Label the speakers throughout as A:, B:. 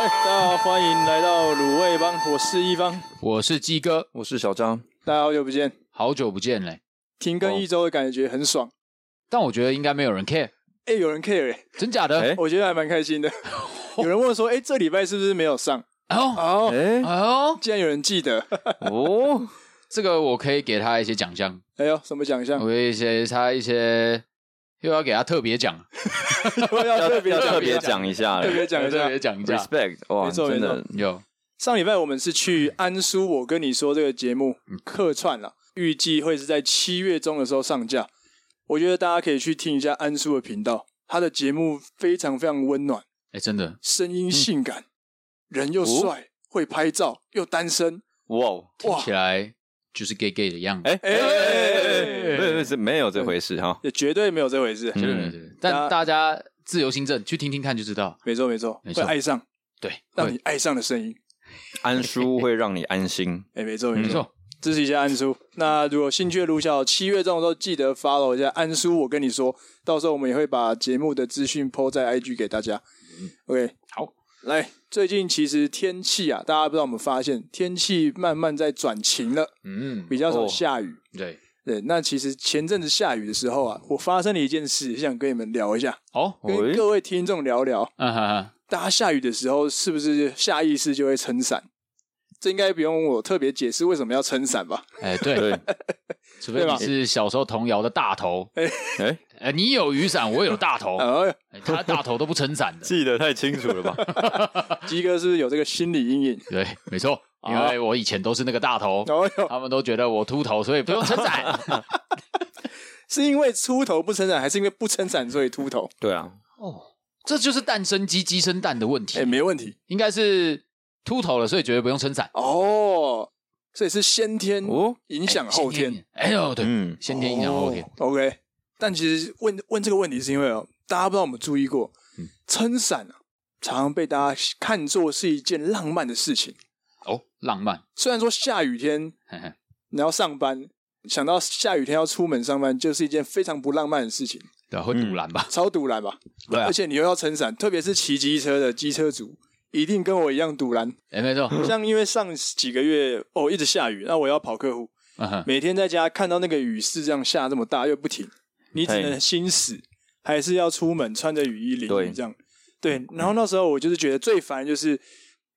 A: 哎我是一方，
B: 我是鸡哥，
C: 我是小张，
A: 大家好久不见，
B: 好久不见嘞！
A: 停更一周的感觉很爽。
B: 但我觉得应该没有人 care，
A: 哎、有人 care，、欸、
B: 真假的？
C: 哎
A: 我觉得还蛮开 心的。有人问说，哎、这礼拜是不是没有上？
B: 哦
A: 哦，
C: 哎、
B: 哦，
A: 竟然有人记 得，
C: 哦，
B: 这个我可以给他一些奖项，
A: 哎呦，什么奖项
B: 我？给一些他一些，又要给他特别奖，
A: 又 要特别
C: 要
A: 讲
C: 特别讲一下
A: 特
C: 了
A: 别讲一
B: 特
A: 下
B: 别。奖一下。
C: ，respect，哇，
A: 没错
C: 真
A: 没
C: 的，
B: 有
A: 上礼拜我们是去安叔，我跟你说这个节目
B: 嗯
A: 客串了，预计会是在七月中的时候上架。我觉得大家可以去听一下安叔的频道，他的节目非常非常温暖。
B: 哎，真的，
A: 声音性感，
B: 嗯
A: 人又
C: 哦
A: 帅，会拍照又单身，
C: 哇，哦
B: 听起来就是 gay gay 的样子。
C: 哎哎哎哎，
A: 哎
C: 不是不是，没有这回事哈，
A: 也绝对没有这回事。
C: 嗯
B: 对对对，但大家自由新政去听听看就知道。
A: 没错没错，
B: 没
A: 会
B: 错
A: 爱上，
B: 对，
A: 让
B: 会
A: 你爱上的声音。
C: 安叔会让你安心，
A: 哎，没错没
B: 没
A: 错，
B: 错，
A: 支持一下安叔。那如果有兴趣的卢小，七月中的时候记得 follow 一下安叔。我跟你说，到时候我们也会把节目的资讯 PO 在 IG 给大家。OK，
B: 好，
A: 来，最近其实天气啊，大家不知道有没有发现，天气慢慢在转晴了，
B: 嗯，
A: 比较少
C: 哦
A: 下雨。
B: 对，
A: 对，那其实前阵子下雨的时候啊，我发生了一件事，想跟你们聊一下，
B: 哦，
A: 跟
C: 喂
A: 各位听众聊聊，
B: 嗯哈哈，
A: 大家下雨的时候是不是下意识就会撑伞？这应该不用我特别解释为什么要撑伞吧？
B: 哎，对，
C: 对，
B: 除非
A: 对吧
B: 你是小时候童谣的大头，
C: 哎，
B: 哎，你有雨伞，我有大头，
A: 啊，
B: 哎他大头都不撑伞的。
C: 记得太清楚了吧？
A: 鸡哥是不是有这个心理阴 影？
B: 对，没错，因为我以前都是那个大头，
A: 哦哟，
B: 他们都觉得我秃头，所以不用撑 伞。
A: 是因为秃头不撑伞，还是因为不撑伞所以秃头？
C: 对啊，
B: 哦，这就是蛋生鸡，鸡生蛋的问题，
A: 哎、没问题
B: 应该是秃头了，所以觉得不用撑伞。
A: 哦，所以是先天
C: 哦，
A: 影响后天。，
B: 哎呦，对，
C: 嗯，
B: 先天影响后天
A: 哦。OK，但其实问问这个问题是因为哦，大家不知道我们注意过，撑伞啊，常常被大家看作是一件浪漫的事情。
B: 哦，浪漫，
A: 虽然说下雨天
B: 嘿嘿
A: 你要上班，想到下雨天要出门上班，就是一件非常不浪漫的事情，
B: 对啊，会
A: 嗯
B: 堵拦吧？
A: 超堵然吧？
B: 对啊
A: 而且你又要撑伞，特别是骑机车的机车族。一定跟我一样堵然，
B: 哎，没错，
A: 像因为上几个月哦一直下雨，那我要跑客户，
B: 嗯哼
A: 每天在家看到那个雨是这样下这么大又不停，你只能心死，还是要出门穿着雨衣淋雨
C: 对
A: 这样。对，然后那时候我就是觉得最烦就是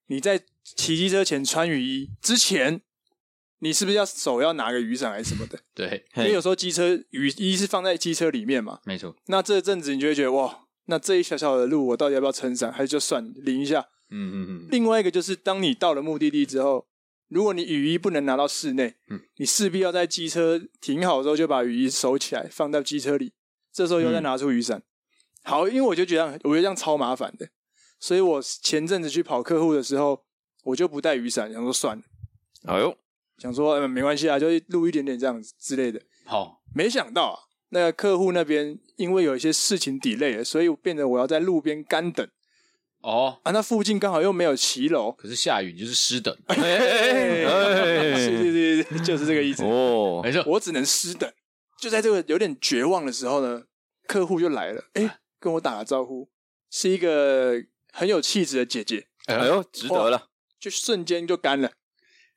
A: 你在骑机车前穿雨衣之前，你是不是要手要拿个雨伞还是什么的？
B: 对，
A: 因
C: 嘿
A: 为有时候机车雨衣是放在机车里面嘛，
B: 没错，
A: 那这阵子你就会觉得哇，那这一小小的路我到底要不要撑伞，还是就算淋一下？
B: 嗯嗯嗯，
A: 另外一个就是，当你到了目的地之后，如果你雨衣不能拿到室内，
B: 嗯
A: 你势必要在机车停好之后就把雨衣收起来，放到机车里，这时候又再拿出雨伞。好，因为我就觉得这样，我觉得这样超麻烦的，所以我前阵子去跑客户的时候，我就不带雨伞，想说算了，
C: 哎呦，
A: 想说、嗯、没关系啊，就录一点点这样子之类的。
B: 好，
A: 没想到啊，那个客户那边因为有一些事情 delay 了，所以变得我要在路边干等
B: 哦，
A: 啊。那附近刚好又没有骑楼，
B: 可是下雨就是湿等，
A: 哦
C: 哎哎
A: 是
C: 哎哎，
A: 是是，就是这个意思。
C: 哦，
B: 没错，
A: 我只能湿等。就在这个有点绝望的时候呢，客户就来了，哎、跟我打了招呼，是一个很有气质的姐姐，
C: 哎呦，值得了，
A: 就瞬间就干了。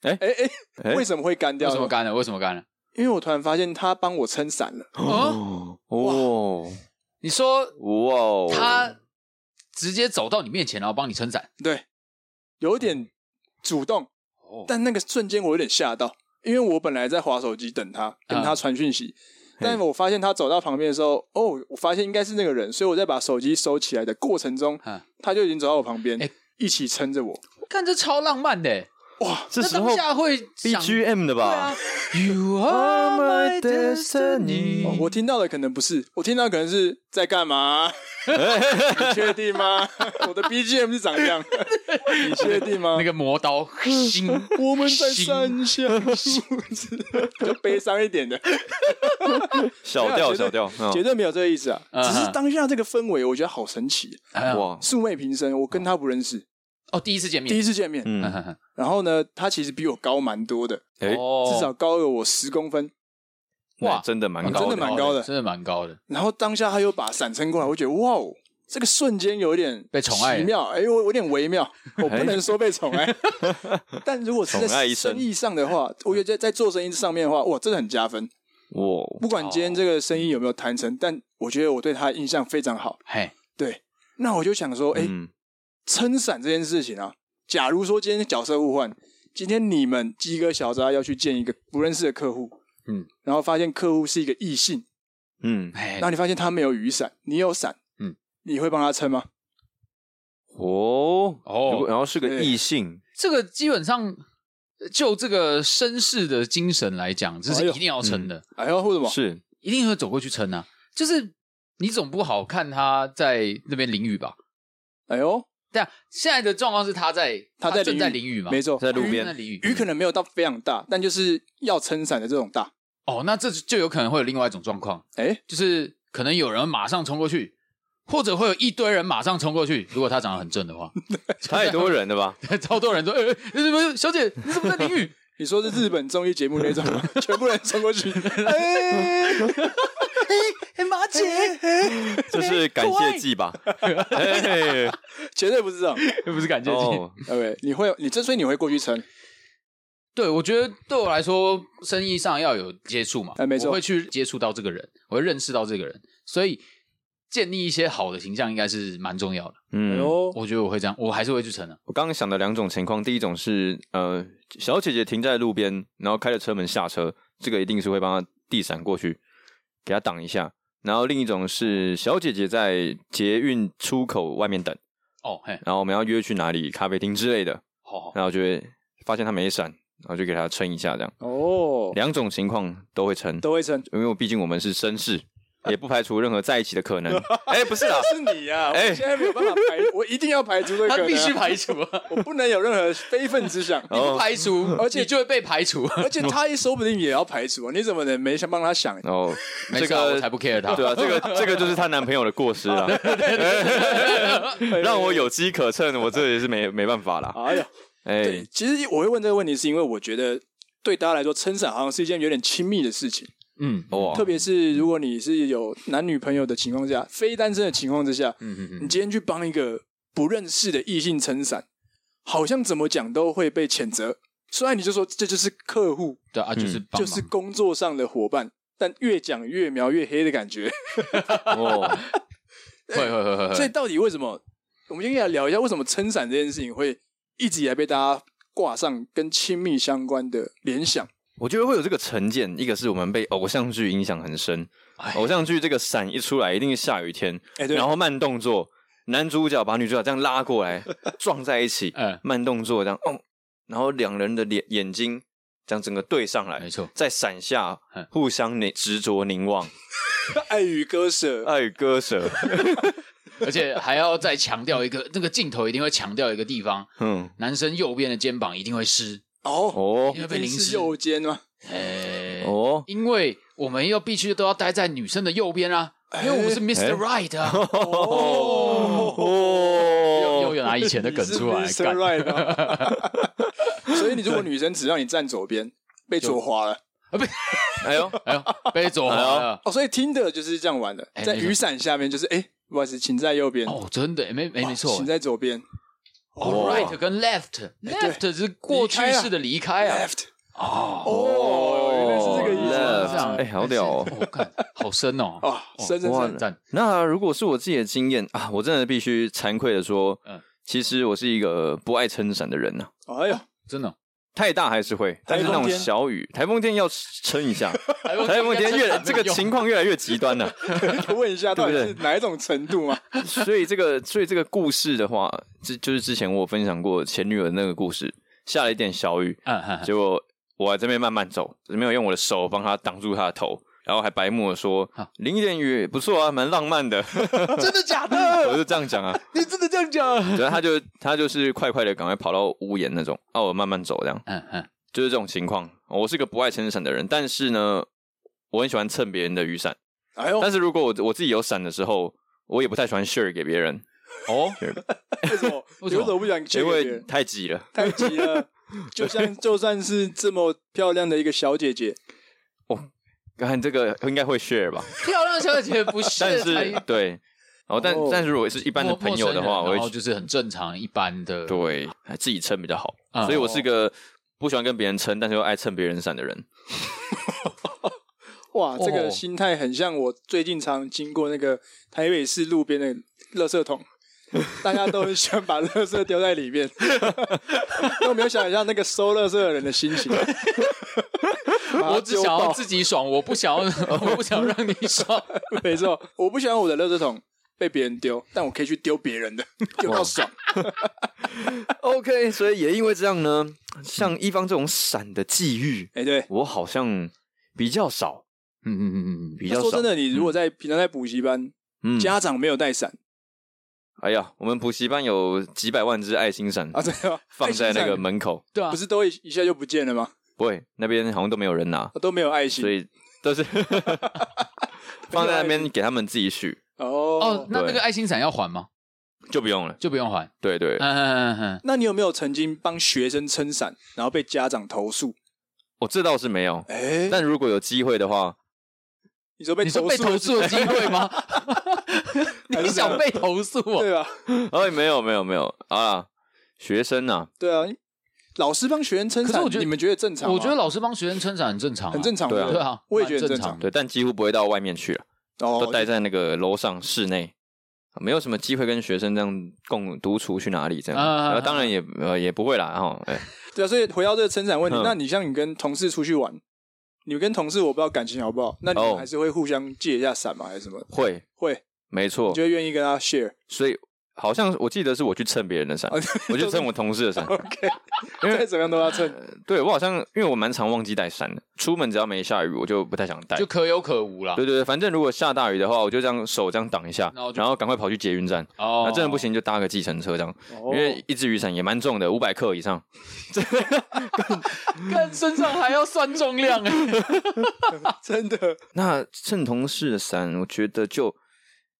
C: 哎
A: 哎哎，
C: 哎
A: 为什么会干
B: 为
A: 掉？
B: 什么？干了？为什么干了？
A: 因为我突然发现她帮我撑伞了。
C: 哦哦，
B: 你说
C: 哇哦，
B: 他直接走到你面前，然后帮你撑伞。
A: 对，有点主动，
B: 哦
A: 但那个瞬间我有点吓到，因为我本来在划手机等他，跟他传讯息，但我发现他走到旁边的时候，哦，我发现应该是那个人，所以我在把手机收起来的过程中，
B: 嗯
A: 他就已经走到我旁边，
B: 哎
A: 一起撑着我，
B: 看这超浪漫的欸，
A: 哇，
C: 这
B: 那
C: 时
B: 当
C: 候
B: 下会想
C: BGM
B: 对
C: 的吧
B: 啊？，You are my destiny，
A: 哦我听到的可能不是，我听到可能是在干嘛？你确定吗？ 我的 BGM 是长这样，你确定吗？
B: 那个磨刀心，
A: 我们在山下， 就悲伤一点的。
C: 小调小调，
A: 绝对没有这个意思啊，
B: 嗯
A: 只是当下这个氛围，我觉得好神奇。
B: 啊
C: 哇，
A: 素昧平生，我跟他不认识，
B: 哦，第一次见
A: 第
B: 面，
A: 一次见面，
C: 嗯，
A: 然后呢，他其实比我高蛮多的，
C: 哎，
B: 哦
A: 至少高了我十公分。
C: 哇，真的蛮
A: 真
C: 高
A: 的蛮高的
B: 真的蛮高的，
A: 然后当下他又把伞撑过来，我觉得哇哦，这个瞬间有一点
B: 被宠爱
A: 奇妙，哎、我我有点微妙，我不能说被宠爱，但如果是
C: 宠爱
A: 在
C: 一生
A: 生意上的话，我觉得在在做生意上面的话，哇，真的很加分。
C: 哇，
A: 不管今天这个生意有没有谈成，但我觉得我对他的印象非常好。
B: 嘿，
A: 对，那我就想说，哎、
C: 嗯，
A: 撑伞这件事情啊，假如说今天角色互换，今天你们鸡哥小啊扎要去见一个不认识的客户，
B: 嗯，
A: 然后发现客户是一个异性，
C: 嗯，
B: 嘿
A: 然，后你发现他没有雨伞，你有伞，
B: 嗯，
A: 你会帮他撑吗？
C: 哦
B: 哦
C: 如果然后是个
A: 对
C: 异性，
B: 这个基本上就这个绅士的精神来讲，这
A: 哎
B: 是
A: 呦
B: 一定要撑的，
A: 哎呦，为什么？
C: 是
B: 一定会走过去撑啊。就是你总不好看他在那边淋雨吧？
A: 哎呦，
B: 对啊，现在的状况是他在
A: 他在淋雨
B: 正在淋雨嘛，
A: 没错，
C: 在路
B: 他正
C: 边
B: 在淋雨。
A: 雨可能没有到非常大，但就是要撑伞的这种大。
B: 哦，那这就有可能会有另外一种状况，
A: 哎，
B: 就是可能有人马上冲过去，或者会有一堆人马上冲过去。如果他长得很正的话，
C: 太多人 了吧？
B: 超多人说：“呃、呃呃小姐，你怎么在淋雨？”
A: 你说是日本综艺节目那 种吗，全部人冲过去，哎，
B: 哎，马姐，
C: 这是感谢 祭吧？嘿嘿
A: 绝对不 是这种。
B: 不是感谢金。
C: 哦，
A: OK，你会，你之所以你会过去撑，
B: 嗯对，我觉得对我来说，生意上要有接触嘛，
A: 哎没错
B: 我会去接触到这个人，我会认识到这个人，所以建立一些好的形象应该是蛮重要的。
A: 哎
C: 嗯，
A: 呦，
B: 我觉得我会这样，我还是会去撑的、
C: 我刚刚想的两种情况，第一种是呃，小姐姐停在路边，然后开着车门下车，这个一定是会帮她递闪过去，给她挡一下。然后另一种是小姐姐在捷运出口外面等，
B: 哦，嘿，
C: 然后我们要约去哪里咖啡厅之类的，
B: 好好，
C: 然后就会发现她没闪，然后就给她撑一下，这样
A: 哦，
C: 两种情况都会撑，
A: 都会撑，
C: 因为毕竟我们是 绅士，也不排除任何在一起的可能。哎，不是啦，
A: 是你呀、啊！我
C: 哎
A: 现在没有办法排，我一定要排除这个可
B: 他
A: 能啊，
B: 必须排除啊，
A: 我不能有任何非分之想。
C: 哦
B: 你不排除，
A: 而且
B: 你就会被排除。
A: 而且他也说不定也要排除啊，你怎么能没想帮他想？
C: 然后
B: 没
C: 哦这
B: 事啊，
C: 个
B: 我才不 care 他。
C: 对啊，这个这个就是她男朋友的过 失啦。嗯让我有机可乘，我这也是没没办 法啦。
A: 哎呀，对
B: 嗯
C: 哎，，
A: 其实我会问这个问题，是因为我觉得对大家来说，撑伞好像是一件有点亲密的事情，
B: 嗯
C: 哇
A: 特别是如果你是有男女朋友的情况下，非单身的情况之下，
B: 嗯嗯
A: 你
B: 嗯，
A: 今天去帮一个不认识的异性撑伞，好像怎么讲都会被谴责。虽然你就说这就是客户，
B: 对啊，就是帮
A: 就
B: 忙
A: 是工作上的伙伴，但越讲越描越黑的感觉。
C: 哦，
B: 会会会会会，
A: 所以到底为什么？我们今天来聊一下为什么撑伞这件事情会一直以来被大家挂上跟亲密相关的联想。
C: 我觉得会有这个成见，一个是我们被偶像剧影响很深
B: 哎，
C: 偶像剧这个伞一出来一定是下雨天，
A: 哎、对，
C: 然后慢动作，男主角把女主角这样拉 过来撞在一起
B: 嗯，
C: 慢动作这样，哦，然后两人的脸眼睛这样整个对上来
B: 没，错，
C: 在伞下
B: 嗯
C: 互相凝执着凝望，
A: 爱与割舍，
C: 爱与割舍，
B: 而且还要再强调一个，那个镜头一定会强调一个地方，
C: 嗯，
B: 男生右边的肩膀一定会湿，
A: 哦，
C: 哦
B: 因为被淋
A: 一定是
B: 湿。
A: 右肩吗？
B: 哎、
C: 哦，
B: 因为我们要必须都要待在女生的右边啊，因为我们是 Mr. Right 啊。
A: 哦，
B: 又
C: 哦
B: 又有拿以前的梗出来
A: 你是
B: 干
A: Mr. Right 吗所以你如果女生只让你站左边，被左滑了。
C: 哎呦，
B: 哎呦，被左滑了。啊
A: 哦，所以听的就是这样玩的，
B: 哎
A: 在
B: 没错
A: 雨伞下面就是哎、不好意思，请在右边，
B: 哦，真的，没没没错
A: 请在左边
B: All
A: 哦
B: right 跟 left，left 是过去式的离开啊。
A: ，left，
B: 哦，
A: 哦，原来是这个意思
C: 哦
A: 啊，
C: left
B: 这样
C: 哎好屌哦
B: 我看好深哦。
A: 哦，深深
C: 哇
A: 深，
B: 赞赞，
C: 那如果是我自己的经验啊，我真的必须惭愧的说，
B: 嗯
C: 其实我是一个不爱撑伞的人呐、
A: 哎呦，
B: 真的。
C: 太大还是会，但是那
A: 台风
C: 种
A: 天
C: 小雨、台风天要撑一下，
B: 哎
C: 台风天哎越这个情况越来越极端了、
A: 可以问一下到底
C: 对不
A: 是哪一种程度啊吗？
C: 所以这个所以这个故事的话，这就是之前我有分享过前女友的那个故事，下了一点小雨，
B: 嗯，嗯嗯
C: 结果我还这边慢慢走，没有用我的手帮她挡住她的头，然后还白目的说
B: 啊
C: 淋一点雨不错啊，蛮浪漫的，
B: 真的假
C: 我
B: 的？
C: 就这样讲啊。
B: 你真的这样讲？
C: 对，他就他就是快快的赶快跑到屋檐那种，啊，我慢慢走这样，
B: 嗯嗯，
C: 就是这种情况。我是个不爱撑伞的人，但是呢，我很喜欢蹭别人的雨伞。
A: 哎呦，
C: 但是如果我我自己有伞的时候，我也不太喜欢 share 给别人，
B: 哦，
A: 为什么？你为
B: 为什么
A: 什么不想
C: 因
A: 借给别
C: 为
A: 人？
C: 太挤了。
A: 太急了，就像就算是这么漂亮的一个小姐姐，
C: 看这个应该会 share 吧，
B: 漂亮小姐姐不是才
C: 但 是对，然后但、
A: 哦
C: 但是如果是一般的
B: 陌
C: 朋友
B: 陌生
C: 的话，
B: 人
C: 我
B: 然
C: 会
B: 后就是很正常一般的，
C: 对还自己撑比较好。
B: 啊
C: 所以我是个不喜欢跟别人撑，但是又爱蹭别人伞的人。
A: 哇，这
B: 哦
A: 个心态很像我最近常经过那个台北市路边的垃圾桶，大家都很喜欢把垃圾丢在里面。那我没有想象那个收垃圾的人的心情。
B: 我只想要自己爽，我不 想要，我不想让你爽。
A: 己， 没错，我不喜欢我的垃圾桶被别人丢，但我可以去丢别人的，丢到爽。
C: OK，所以也因为这样呢，像一方这种伞的际遇，
A: 哎、对，
C: 我好像比较少，
B: 嗯嗯嗯嗯
C: 比较
A: 说
C: 少。
A: 真的，你如果在平常在补习班，
C: 嗯
A: 家长没有带伞
C: 哎呀，我们补习班有几百万只爱心伞
A: 啊，真的吗
C: 放在那个
A: 爱心伞
C: 门口，
B: 对啊，
A: 不是都一一下就不见了吗？
C: 不会，那边好像都没有人拿，
A: 啊都没有爱心
C: 所以都 是放在那边给他们自己取，
B: 哦
A: 哦，。
B: 那那
C: 对
B: 个爱心伞要还吗？
C: 就不用了。
B: 就不用还。
C: 对对
B: 嗯，嗯嗯嗯，
A: 那你有没有曾经帮学生撑伞，然后被家长投诉？
C: 我这倒是没有，
A: 哎、
C: 但如果有机会的话，
A: 你说
B: 嗯
A: 被
B: 你说被投诉的机会 吗？你想被投诉哦？
A: 对啊吧？
C: 哎，没有没有没有啊，学生呐、
A: 对啊，老师帮学生撑
B: 可
A: 伞
B: 是我觉，得
A: 你们觉得正常吗？
B: 我觉得老师帮学生撑伞啊很正常啊，
A: 很正常，
C: 对啊
B: 对啊，
A: 我也觉得很
B: 蛮
A: 正
B: 正
A: 常。
C: 对，但几乎不会到外面去了，
A: 哦
C: 都，待在那个楼上室内。啊没有什么机会跟学生这样共独处去哪里这样，
B: 啊啊啊
C: 呃当然也呃也不会啦哈，哎
A: 对啊，所以回到这个撑伞问题
C: 嗯，
A: 那你像你跟同事出去玩，你跟同事我不知道感情好不好，那你
C: 哦
A: 们还是会互相借一下伞吗？还是什么？
C: 会
A: 会，
C: 没错
A: 你，就会愿意跟他 share？
C: 所以好像我记得是我去蹭别人的伞，
A: 哦
C: 我就蹭我同事的 伞。
A: OK，
C: 因为
A: 再怎么样都要撑。
C: 对我好像因为我蛮常忘记带伞的，出门只要没下雨，我就不太想带
B: 就。可有可无啦。
C: 对对对，反正如果下大雨的话，我就这样手这样挡一下
B: 然后，就
C: 然后赶快跑去捷运站。
B: 哦
C: 那真的不，行，就搭个计程车这样，因
A: 哦
C: 为一只雨伞也蛮重的，五百克以上。
B: 看身上还要算重量哎。
A: 真的，
C: 那蹭同事的伞，我觉得就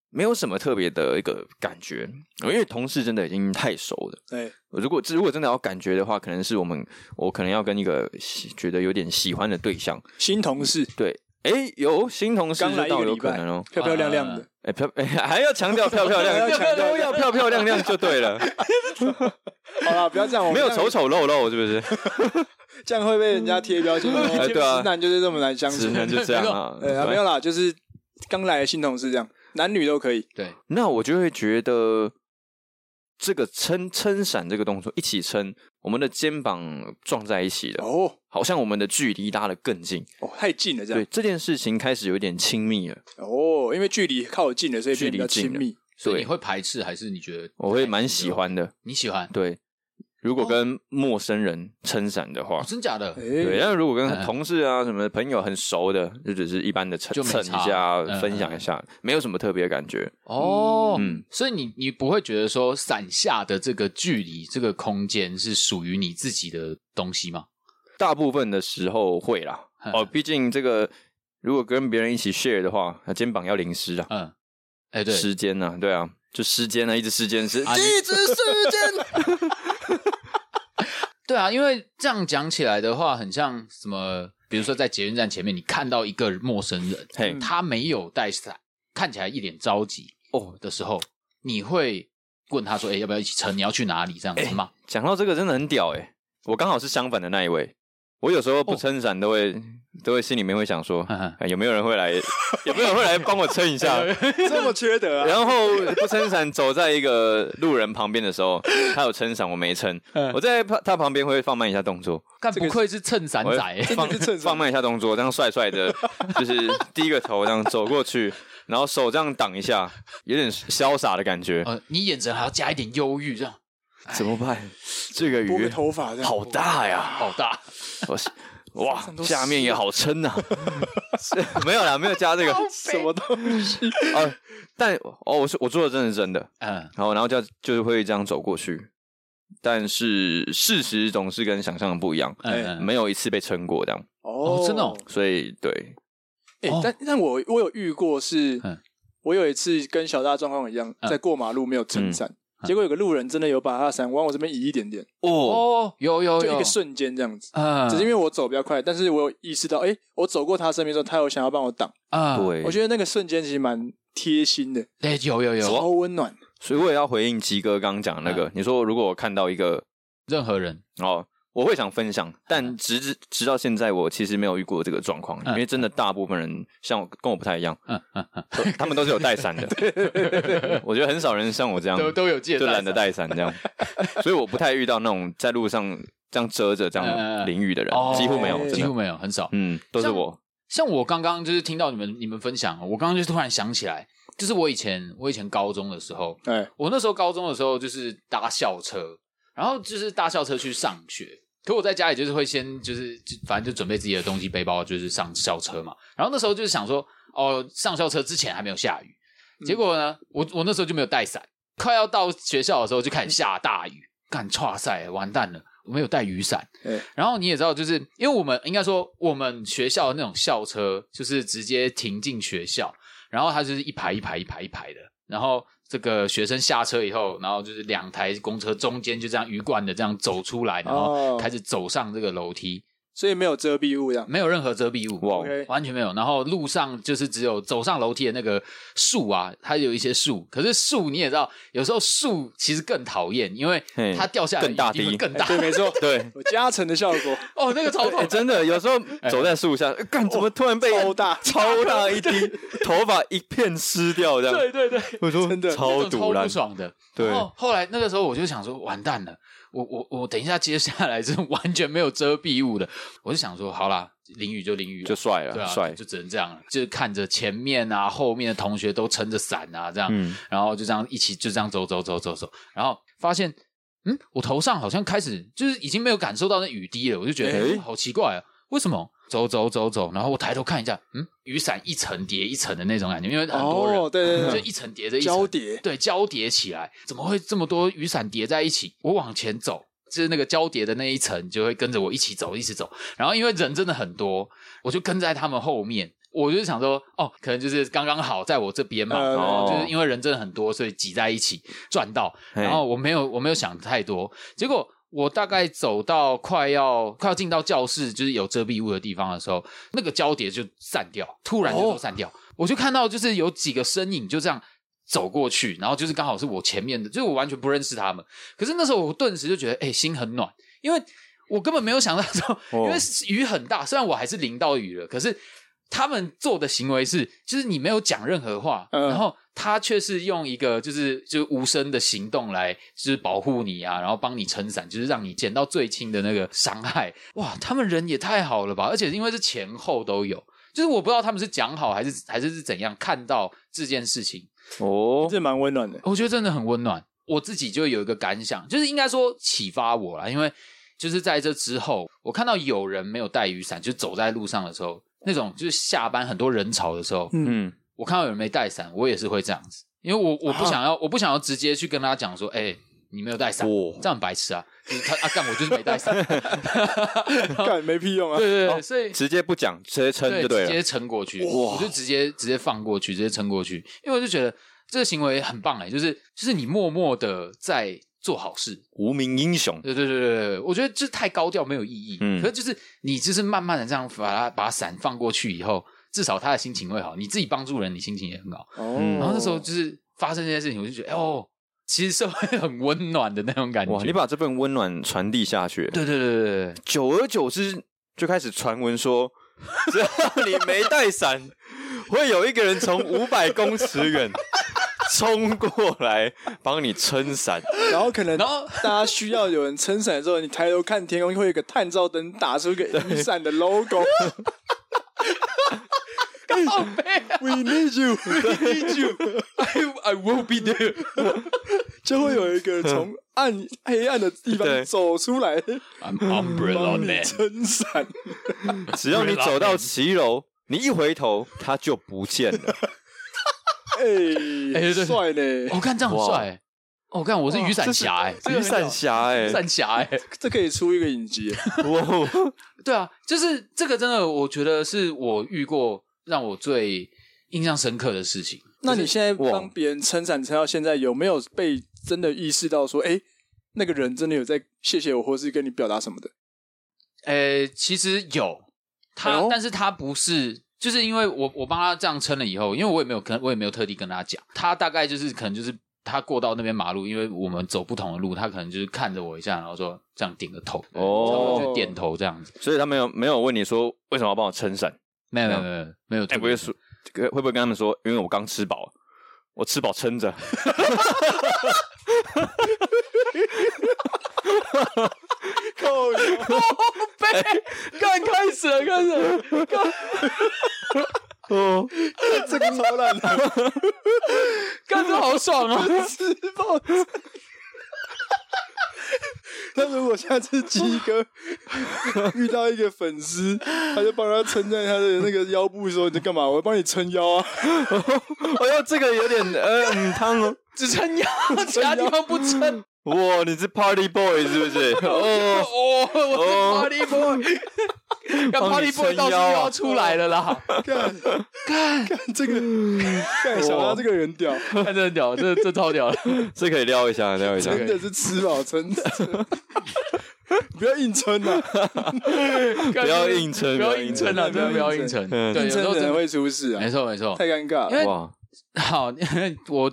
C: 没有什么特别的一个感觉，因为同事真的已经太熟了。
A: 哎，
C: 如果如果真的要感觉的话，可能是我们我可能要跟一个喜觉得有点喜欢的对象，
A: 新同事
C: 对，哎，有新同事
A: 刚来一
C: 知
A: 个
C: 道有
A: 礼
C: 可
A: 拜
C: 能哦，，
A: 漂漂亮亮的
B: 啊，
C: 哎漂哎 还要强调漂漂 亮
A: 还要强
C: 亮，
A: 调
C: 都要漂漂亮亮就对了，
A: 好啦，不要这样，我
C: 没
A: 们
C: 有
A: 这样
C: 丑丑陋陋是不是？
A: 这样会被人家贴标签。
C: 哎对啊
A: 直男就是这么难相处
C: 只。能就这样 啊，
A: 对啊，没有啦，就是刚来的新同事这样，男女都可以。
B: 对，
C: 那我就会觉得这个撑撑伞这个动作一起撑，我们的肩膀撞在一起的，
A: 哦
C: 好像我们的距离拉得更近，
A: 哦，太近
B: 啊
A: 了这
C: 对
A: 样。
C: 这件事情开始有点亲密了，
A: 哦，因为距离靠近了，所以变得比较
C: 距离
A: 亲
C: 近了
A: 密。
B: 所以
C: 对
B: 你会排斥还是你觉得？
C: 我会蛮喜，欢的。
B: 你喜欢？
C: 对，如果跟陌生人撑伞的话
B: 哦，，真假的？
C: 对，
A: 哎，
C: 但是如果跟
B: 嗯嗯
C: 同事啊、什么朋友很熟的，就只是一般的蹭
B: 就没
C: 蹭
B: 差
C: 一下、
B: 嗯
C: 分享一下，没有什么特别的感觉。
B: 哦，
C: 嗯
B: 所以你你不会觉得说伞下的这个距离、这个空间是属于你自己的东西吗？
C: 大部分的时候会啦，
B: 嗯
C: 哦，毕竟这个如果跟别人一起 share 的话，那肩膀要淋湿啊，
B: 嗯，哎、对，
C: 时间啊，对啊，就时间啊，一直时间是，
B: 啊你
C: 一直时间，
B: 对啊，因为这样讲起来的话，很像什么，比如说在捷运站前面，你看到一个陌生人，
C: 嘿，
B: 他没有带伞，看起来一脸着急哦的时候，你会问他说：“哎、要不要一起撑？你要去哪里？”这样子吗？
C: 讲到这个真的很屌哎、我刚好是相反的那一位，我有时候不撑伞都会、都会心里面会想说，
B: 哦嗯嗯
C: 哎有没有人会来，有没有人会来帮我撑 一下？
A: 这么缺德啊！
C: 然后不撑伞走在一个路人旁边的时候，他有撑伞，我没撑。
B: 嗯
C: 我在他他旁边会放慢一下动作，
B: 干、不愧是蹭伞
C: 我会
B: 仔、欸，
A: 真的是趁
C: 放慢一下动作，这样帅帅 的，就是低个头这样走过去，然后手这样挡一下，有点潇洒的感觉。
B: 呃，你眼神还要加一点忧郁，这样
C: 怎么办？这个
A: 拨个
C: 鱼
A: 头发这样。
C: 好大呀！
B: 好大。
C: 我是哇
A: 上，都湿了
C: 下面也哦好啊撑呐、是 没有啦，没有加这个
A: 什么东西？
C: 哦。但哦，我是我做的真的是真的，
B: 嗯，
C: 然后然后就就是会这样走过去，但是事实总是跟想象的不一样，
B: 嗯嗯
C: 哎没有一次被撑过这样，
A: 哦
B: 真的哦
C: 所以对，
A: 哎
B: 哦，
A: 但但我我有遇过是
B: 嗯，
A: 我有一次跟小大状况一样，
B: 嗯
A: 在过马路没有撑伞，结果有个路人真的有把他的伞往我这边移一点点，
C: 哦，
B: 哦，有有
A: 就
B: 有，
A: 一个瞬间这样子。
B: 嗯，
A: 只是因为我走比较快，但是我有意识到，哎，我走过他身边之后，他有想要帮我挡。
B: 啊，
C: 对，
A: 我觉得那个瞬间其实蛮贴心的，
B: 对，哎哦有有
A: 超
B: 有，
A: 温暖。
C: 所以我也要回应鸡哥刚刚讲的那
B: 嗯
C: 个，你说如果我看到一个
B: 任何人
C: 哦，我会想分享，但
B: 嗯
C: 直至直到现在，我其实没有遇过这个状况，因
B: 嗯
C: 为真的大部分人像我跟我不太一样，
B: 嗯
C: 都他们都是有 带伞的，我觉得很少人像我这样，
B: 都都有借
C: 就懒得
B: 带
C: 带伞这样，所以我不太遇到那种在路上这样遮着这
B: 嗯嗯
C: 样
B: 嗯
C: 淋雨的人，
B: 伞，
C: 几乎没有，
A: 哦
C: 真
B: 几乎
C: 的，
B: 没有，很少。
C: 嗯，都是
B: 像
C: 我，
B: 像我刚刚就是听到你们你们分享哦，我刚刚就突然想起来，就是我以前我以前高中的时候，
A: 哎，
B: 我那时候高中的时候就是搭校车，然后就是搭校车去上学。可我在家里就是会先就是就反正就准备自己的东西，背包就是上校车嘛。然后那时候就是想说，哦，上校车之前还没有下雨，结果呢，我我那时候就没有带伞，快要到学校的时候就开始下大雨，干哇塞，完蛋了，我没有带雨伞。
A: 对
B: 然后你也知道，就是因为我们应该说我们学校那种校车就是直接停进学校，然后它就是一排一排一排一排的，然后这个学生下车以后，然后就是两台公车中间就这样鱼贯的这样走出来，然
C: 哦
B: 后开始嗯走上这个楼梯，
A: 哦所以没有遮蔽物这样。
B: 没有任何遮蔽物，
C: 哇
A: OK
B: 完全没有。然后路上就是只有走上楼梯的那个树啊，它有一些树，可是树你也知道，有时候树其实更讨厌，因为
C: 嘿
B: 它掉下来
C: 更大
B: 一定会
C: 滴
B: 更
A: 哎
B: 大。
A: 对，没 错，
C: 对。
A: 有加成的效果，
B: 哦，那个超痛
C: 哎，。 真的，有时候走在树
B: 哎
C: 下，干、怎么突然
B: 哦
C: 被
A: 超大
C: 超大一滴， 头发一片湿掉这样。
A: 对对对，
C: 我说
A: 真的
C: 超
B: 那种
C: 堵
B: 超
C: 然
B: 不，爽的。
C: 对
B: 然后后来那个时候我就想说，完蛋了，我我我等一下接下来是完全没有遮蔽物的，我就想说，好啦，淋雨就淋雨啊，
C: 就帅
B: 对
C: 了，
B: 啊，
C: 帅、
B: 就只能这样了，就是看着前面啊、后面的同学都撑着伞啊，这样，
C: 嗯
B: 然后就这样一起就这样走走走走走，然后发现，嗯，我头上好像开始就是已经没有感受到那雨滴了，我就觉得、
C: 诶
B: 嗯好奇怪啊，为什么？走走走走，然后我抬头看一下，嗯，雨伞一层叠一层的那种感觉，因为很多人，
A: 哦对对对
B: 就一层叠着一层
A: 交叠
B: 对，交叠起来，怎么会这么多雨伞叠在一起？我往前走，就是那个交叠的那一层就会跟着我一起走，一起走。然后因为人真的很多，我就跟在他们后面。我就想说，哦，可能就是刚刚好在我这边嘛，
A: 呃
B: 然后就
C: 哦
B: 是因为人真的很多，所以挤在一起赚到。
C: 嘿
B: 然后我没有我没有想太多，结果我大概走到快要快要进到教室，就是有遮蔽物的地方的时候，那个交叠就散掉，突然就都散掉，我就看到就是有几个身影就这样。走过去，然后就是刚好是我前面的，就是我完全不认识他们。可是那时候我顿时就觉得，哎、心很暖，因为我根本没有想到说， 因
C: 哦
B: 为雨很大，虽然我还是淋到雨了，可是他们做的行为是，就是你没有讲任何话，
A: 嗯
B: 然后他却是用一个就是就是无声的行动来就是保护你啊，然后帮你撑伞，就是让你减到最轻的那个伤害。哇，他们人也太好了吧！而且因为是前后都有，就是我不知道他们是讲好还是还是是怎样看到这件事情，
C: 哦，
A: 这蛮温暖 的。
B: 我觉得真的很温暖。我自己就有一个感想，就是应该说启发我啦，因为就是在这之后，我看到有人没有带雨伞，就走在路上的时候，那种就是下班很多人潮的时候，
A: 嗯，
C: 嗯，
B: 我看到有人没带伞，我也是会这样子，因为我我不想要，我不想要直接去跟他讲说，哎、你没有带伞，
C: 哇
B: 这样很白痴啊！就是他啊，干我就是没带伞，哦
A: 干没屁用啊
B: 对！对对，所以
C: 直接不讲，直接撑就对
B: 直
C: 了。
B: 接撑过去，我就直接直接放过去，直接撑过去，因为我就觉得这个行为很棒哎、就是就是你默默的在做好事，
C: 无名英雄，
B: 对对对对对，我觉得就是太高调没有意义，
C: 嗯
B: 可是就是你就是慢慢的这样把它把伞放过去以后，至少他的心情会好，你自己帮助人，你心情也很好。
A: 哦
C: 嗯
B: 然后那时候就是发生这件事情，我就觉得哦，其实社会很温暖的那种感觉，
C: 哇！你把这份温暖传递下去，
B: 对对对对对对。
C: 久而久之就开始传闻说， 只要你没带伞， 会有一个人从五百公尺远冲过来帮你撑伞。
A: 然后可能
B: 然后
A: 大家需要有人撑伞的时候，你抬头看天空，会有一个探照灯打出一个雨伞的 logo。We need you，
B: I will be there。
A: 就会有一个人从暗黑暗的地
C: 对
A: 方走出来，
B: I'm umbrella
A: 帮你
B: man。
A: 撑伞。
C: 只要你走到骑楼，你一回头，他就不见了。
B: 哎
A: 哎，
B: 对对
A: 帅呢！
B: 我看这样很帅欸，哦，看我是雨伞侠哎，
C: 雨伞侠哎、
B: 雨伞侠 哎，
A: 这可以出一个影集，
C: 哇！哦
B: 对啊，就是这个真的，我觉得是我遇过让我最印象深刻的事情。
A: 那你现在
C: 哇
A: 帮别人撑伞撑到现在，有没有被真的意识到说，哎、那个人真的有在谢谢我，或是跟你表达什么的？
B: 呃，其实有
A: 哎
B: 他，
A: 呦
B: 但是他不是就是因为我我帮他这样撑了以后，因为我也没有跟我也没有特地跟他讲，他大概就是可能就是他过到那边马路，因为我们走不同的路，他可能就是看着我一下，然后说这样点个头，
C: 哦
B: 差不多就点头这样子。
C: 所以他没有没有问你说为什么要帮我撑伞，
B: 没有没有没有没有特别，
C: 哎，不会说会不会跟他们说，因为我刚吃饱，我吃饱撑着。
A: 靠腰！
B: 干开始了，开始了，
C: 哦，
A: 这个超烂的，
B: 干这好爽啊！
A: 吃爆！ 那如果下次鸡哥遇到一个粉丝，他就帮他撑在他的那个腰部说：“你在干嘛？我帮你撑腰 啊
C: 哎呦，这个有点呃嗯汤哦。
B: 只撑腰，其他地方不撑。
C: 哇，你是 Party Boy 是不是？哦，
B: 哦，
C: 哦
B: 我是 Party Boy，干 Party Boy 到时
C: 啊
B: 候又要出来了啦！！”
C: 哦
A: 干干这个，干小拉这个人屌，
B: 看这屌，这这超 屌的，
C: 这可以撩一下，撩一下。
A: 真的是吃饱撑着。 不要硬撑啊！
B: 不
C: 不要硬撑
B: 不要硬撑啊！真的不要硬撑，
C: 嗯
B: 对，有
A: 硬
B: 时
A: 撑
B: 候
A: 的
B: 真
A: 人
B: 的
A: 会出事啊
B: 没！错没错。
A: 太尴尬
B: 因
A: 了。
B: 为
C: 哇，
B: 好， 因为我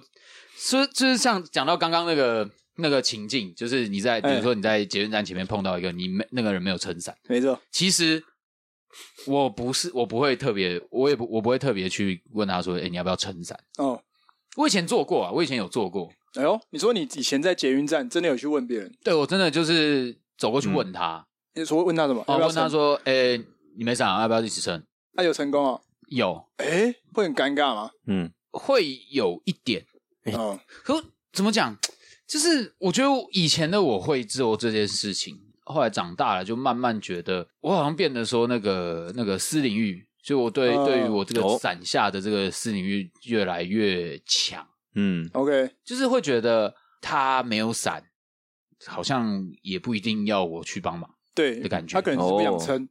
B: 说就是像讲到刚刚那个那个情境，就是你在比如说你在捷运站前面碰到一个你没那个人没有撑伞，
A: 没错，
B: 其实我不是我不会特别，我也不我不会特别去问他说，哎、你要不要撑伞？
A: 哦，
B: 我以前做过啊，我以前有做过，
A: 哎呦，你说你以前在捷运站真的有去问别人，
B: 对我真的就是走过去问他，
A: 你说问他什么？嗯要
B: 哦，
A: 不要
B: 问他
A: 成，
B: 说，哎、你没伞啊，要不要一起撑？
A: 那、有成功哦？
B: 有
A: 哎，会很尴尬吗？
C: 嗯，
B: 会有一点，
A: 嗯，
B: 可怎么讲？就是我觉得以前的我会做这件事情，后来长大了就慢慢觉得，我好像变得说那个那个私领域，就我对、
A: 嗯
B: 对于我这个
C: 哦
B: 伞下的这个私领域越来越强，
C: 嗯
A: OK，
B: 就是会觉得他没有伞，好像也不一定要我去帮忙。
A: 对
B: 的感觉
A: 他可能是不想撑，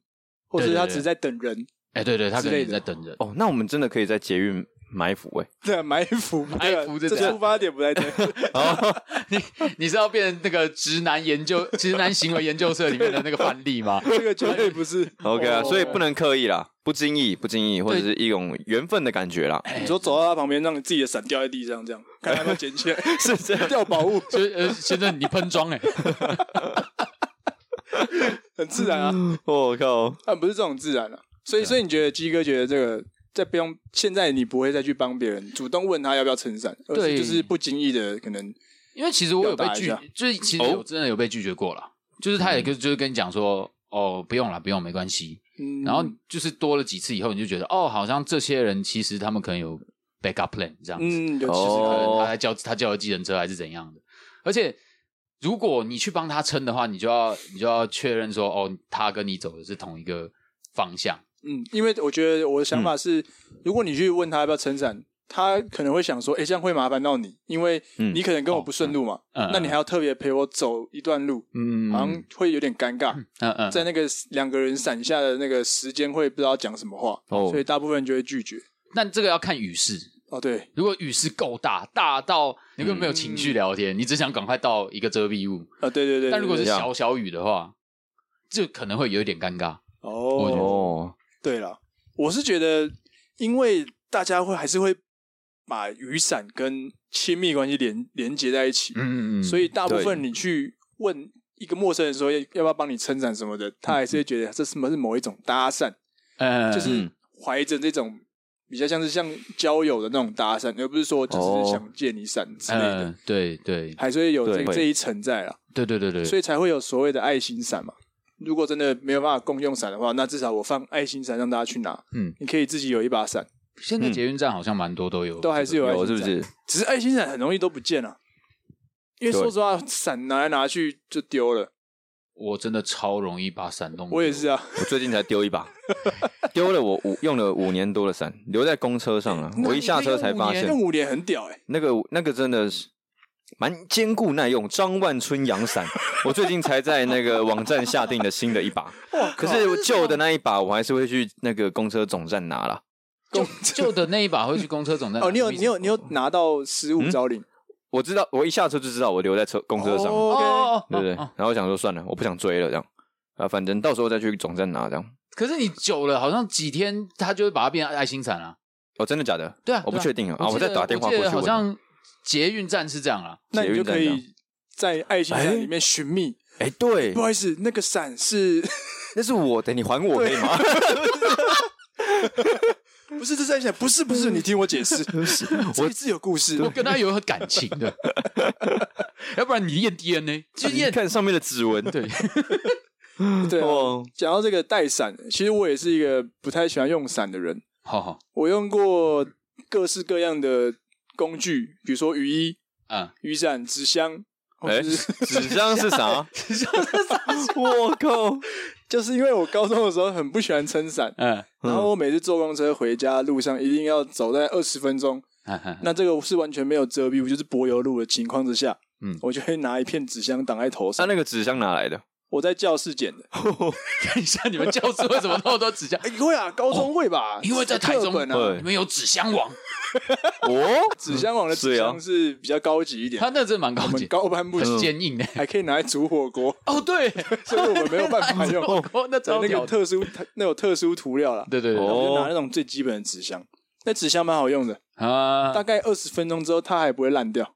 A: 或者是他
B: 对对对
A: 只是在等人，
B: 哎，对对，他可能也
A: 之类的
B: 在等人。
C: 哦，那我们真的可以在捷运埋伏哎、
A: 对啊，埋伏，对啊
B: 埋伏
A: 这
B: 这个
A: 出发点不太对，
B: 你是要变成那个直男研究、直男行为研究社里面的那个范例 吗？
A: 这个绝对不是
C: OK 啊，
A: 哦
C: 所以不能刻意啦，不经意，不经意，或者是一种缘分的感觉啦，
A: 你说走到他旁边，让你自己的伞掉在地上，这样看他要不要捡起来，
C: 是这样。
A: 掉宝物
B: 就是呃，先生，你喷装哎、
A: 很自然啊，
C: 我、靠，
A: 啊，不是这种自然啊，所以所以你觉得鸡哥觉得这个。在不用，现在你不会再去帮别人主动问他要不要撑伞，而是
B: 对
A: 就是不经意的可能
B: 因为其实我有被拒
A: 表达一，
B: 就是其实我真的有被拒绝过了。就是他也跟就是跟你讲说，哦，不用了，不用，没关系。
A: 嗯
B: 然后就是多了几次以后，你就觉得，哦，好像这些人其实他们可能有 backup plan 这样子，
A: 嗯，有其
B: 就是
A: 实
B: 可能
C: 哦
B: 他在叫他叫了计程车还是怎样的。而且如果你去帮他撑的话，你就要你就要确认说，哦，他跟你走的是同一个方向。
A: 嗯，因为我觉得我的
B: 嗯
A: 想法是，如果你去问他要不要撑伞，他可能会想说，哎、这样会麻烦到你，因为
C: 嗯
A: 你可能跟我不顺路嘛，
B: 嗯嗯
A: 那你还要特别陪我走一段路，
B: 嗯，
A: 好像会有点尴尬，
B: 嗯嗯，
A: 在那个两个人伞下的那个时间会不知道讲什么话，
C: 哦
A: 所以大部分人就会拒绝。
B: 但这个要看雨势，
A: 哦，对，
B: 如果雨势够大，大到你根本没有情绪聊天，你只想赶快到一个遮蔽物。
A: 啊、对对嗯对
B: 但如果是
A: 对对
B: 小小雨的话，就可能会有一点尴尬。我觉得
A: 哦，
C: 哦，
A: 对了，我是觉得，因为大家会还是会把雨伞跟亲密关系连连接在一起，
B: 嗯
A: 所以大部分
C: 对
A: 你去问一个陌生人说要要不要帮你撑伞什么
C: 嗯
A: 的，他还是会觉得这是什么是某一种搭讪，
B: 呃，
A: 就是
C: 嗯
A: 怀着这种比较像是像交友的那种搭讪，而不是说只
C: 哦
A: 是想借你伞之类
B: 呃
A: 的，，
B: 对对
A: 还是会有这
C: 对会
A: 这一层在啦，
B: 对对对对，
A: 所
B: 以
A: 以才会有所谓的爱心伞嘛。如果真的没有办法共用伞的话，那至少我放爱心伞让大家去拿。
B: 嗯，
A: 你可以自己有一把伞，
B: 现在捷运站好像蛮多都有，
A: 嗯都还是有爱
C: 哦有
A: 心
C: 是
A: 伞，
C: 不是？
A: 只是爱心伞很容易都不见了，因为
C: 对
A: 说实话，伞拿来拿去就丢了。
B: 我真的超容易把伞弄。
A: 我也是，啊，
C: 我最近才丢一 把，丢了我五用了五年多的伞，留在公车上了。
B: 那
C: 我一下车才发
B: 你可以
C: 现
A: 用，五连很屌哎、
C: 那个那个真的是蛮坚固耐用，张万春阳伞，我最近才在那个网站下定了新的 一把。可是我旧的那一把，我还是会去那个公车总站拿啦。
B: 旧旧的那一把会去公车总 站。
A: 哦，你有你有你有拿到失物招领？
C: 我知道，我一下车就知道我留在车公嗯车上了，
B: 哦
A: 哦
B: 哦哦
C: 对不对？
B: 哦
C: 然后我想说算了，我不想追了这样，啊，反正到时候再去总站拿这样。
B: 可是你久了，好像几天它就会把它变爱心伞啊。
C: 哦，真的假的？
B: 对啊，
C: 我不
B: 对啊
C: 确定啊，我
B: 记
C: 再
B: 得
C: 打电话
B: 我记
C: 过
B: 得
C: 去
B: 好
C: 问。
B: 像捷运站是这样啊啦。
A: 那你就可
C: 捷运站
A: 以在爱心伞里面寻觅。
C: 哎，对
A: 不，好意思，那个伞 是
C: 那是我的，你还我可以吗？
A: 不是这是爱心伞？不是 不是，你听我解释，我是有故事。
B: 我跟他有感情 的，要不然你验 DNA 就
C: 你
B: 验
C: 看上面的指纹，
B: 对，
A: 对啊
C: 哦，
A: 讲到这个带伞，其实我也是一个不太喜欢用伞的人。
B: 好好，
A: 我用过各式各样的工具，比如说雨衣、
B: 嗯，
A: 雨伞、纸箱，或
B: 哦
C: 哎，
A: 者是
C: 纸箱是 啥？ 我靠！
A: 就是因为我高中的时候很不喜欢撑伞，
B: 嗯
A: 然后我每次坐公车回家路上一定要走在二十分钟，
B: 嗯，
A: 那这个是完全没有遮蔽物，就是柏油路的情况之下，
B: 嗯
A: 我就会拿一片纸箱挡在头
C: 他
B: 啊
A: 上。
C: 那个纸箱哪来的？
A: 我在教室捡的，
B: 看一下 你们教室为什么那么多纸箱？
A: 哎，会啊，高中会吧？
B: 哦因为在台中
A: 课本啊，
C: 对
B: 你们有纸箱王，
C: 哦，
A: 纸箱网的纸
C: 是啊
A: 箱是比较高级一点
B: 他，那真的蛮
A: 我
B: 高
A: 们
B: 级，
A: 高攀不
B: 很
A: 起，
B: 坚硬的。
C: 嗯
A: 还可以拿来煮火锅，
B: 哦，对，
A: 所以我们没有办法 用。
B: 哦，
A: 对
B: 那超
A: 那
B: 屌
A: 个
B: 的。
A: 特殊那有特殊涂料啦，
B: 对对对
A: 我
C: 哦
A: 就拿那种最基本的纸箱，那纸箱蛮好用的，
B: 啊
A: 大，概二十分钟之后它还不会烂掉，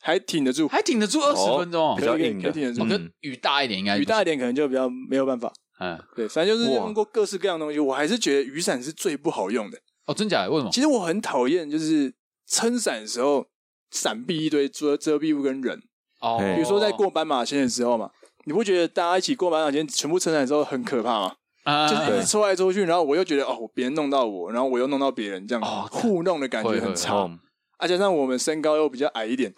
A: 还挺得住。
B: 还挺得住二十分钟
C: 比
B: 哦。
C: 较硬的
A: 可以可以，
B: 我
A: 可以
B: 跟雨大一点应该
A: 雨大一点可能就比较没有办法。
B: 嗯
A: 对，反正就是
C: 哇
A: 用过各式各样的东西，我还是觉得雨伞是最不好用的。
B: 哦，真假的？为什么？
A: 其实我很讨厌，就是撑伞的时候，伞避一堆遮遮蔽物跟人。
B: 哦，
A: 比如说在过斑马线的时候嘛，你不觉得大家一起过斑马线全部撑伞的时候很可怕吗？
B: 啊，
A: 就是一直抽来抽去，然后我又觉得哦，别人弄到我，然后我又弄到别人，这样、
B: 哦
A: 互弄的感觉
B: 会会
A: 很差。
C: 哦，
A: 啊，加上我们身高又比较矮一点，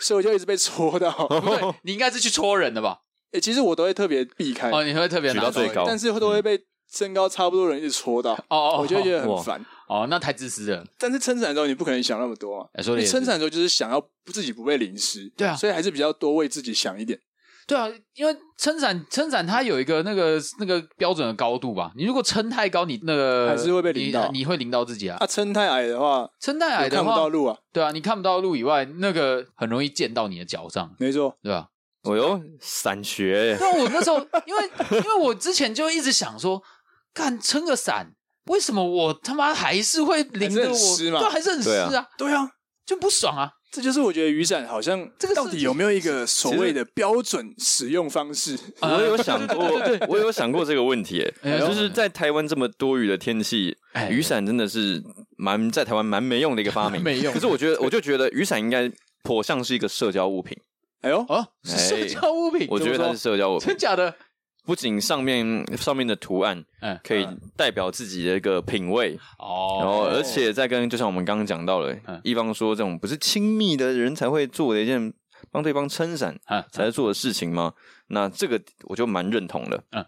A: 所以我就一直被戳 到。
B: 不
C: 哦
B: 对，你应该是去戳人的吧？
A: 诶其实我都会特别避开，
B: 哦，你会特别
C: 举
B: 拿
C: 到最
B: 手
C: 高
A: 但是都会被身高差不多的人一直戳到，
B: 哦哦，
A: 我就会觉得
C: 哇
A: 很烦。
B: 哦，那太自私了。
A: 但是撑伞的时候，你不可能想那么多啊。
B: 哎说的
A: 你
B: 也
A: 撑
B: 是
A: 伞的时候就是想要自己不被淋湿，
B: 对啊
A: 所以还是比较多为自己想一点。
B: 对啊，因为撑伞撑伞它有一个那个那个标准的高度吧，你如果撑太高，你那个
A: 还是会被淋到
B: 你，你会淋到自己啊。
A: 啊，撑太矮的话，
B: 撑太矮
A: 也
B: 的
A: 看不到
B: 话，
A: 路啊，
B: 对啊，你看不到路以外，那个很容易溅到你的脚上，
A: 没错。
B: 对吧？
C: 哦哟，散学
B: 但啊我那时候，因为因为我之前就一直想说，干撑个伞，为什么我他妈还是会淋
A: 还
B: 得
A: 是
B: 我，
A: 很湿嘛
B: 对啊，还是很湿
C: 对啊
B: 啊，
A: 对啊，
B: 就不爽啊。
A: 这就是我觉得雨伞好像
B: 这个是
A: 到底有没有一个所谓的标准使用方式？
B: 啊
C: 我有想过
B: 对对对对，
C: 我有想过这个问题，
B: 哎
C: 哎
B: 呦
C: 就是在台湾这么多雨的天气
B: 哎，
C: 雨伞真的是蛮在台湾蛮没用的一个发明，
B: 没用
C: 可是我觉得，我就觉得雨伞应该颇像是一个社交物品，
A: 哎呦，
B: 哦，是社
C: 哎
B: 交物品，
C: 我觉得
B: 怎么
C: 它
B: 说
C: 是社交物品
B: 真，假的，
C: 不仅上面上面的图案
B: 嗯，
C: 可以代表自己的一个品味，
B: 哦，
C: 然后而且再跟就像我们刚刚讲到了
B: 嗯，
C: 一方说这种不是亲密的人才会做的一件帮对方撑伞
B: 啊，
C: 才做的事情吗？那这个我就蛮认同的。
B: 嗯
C: 嗯，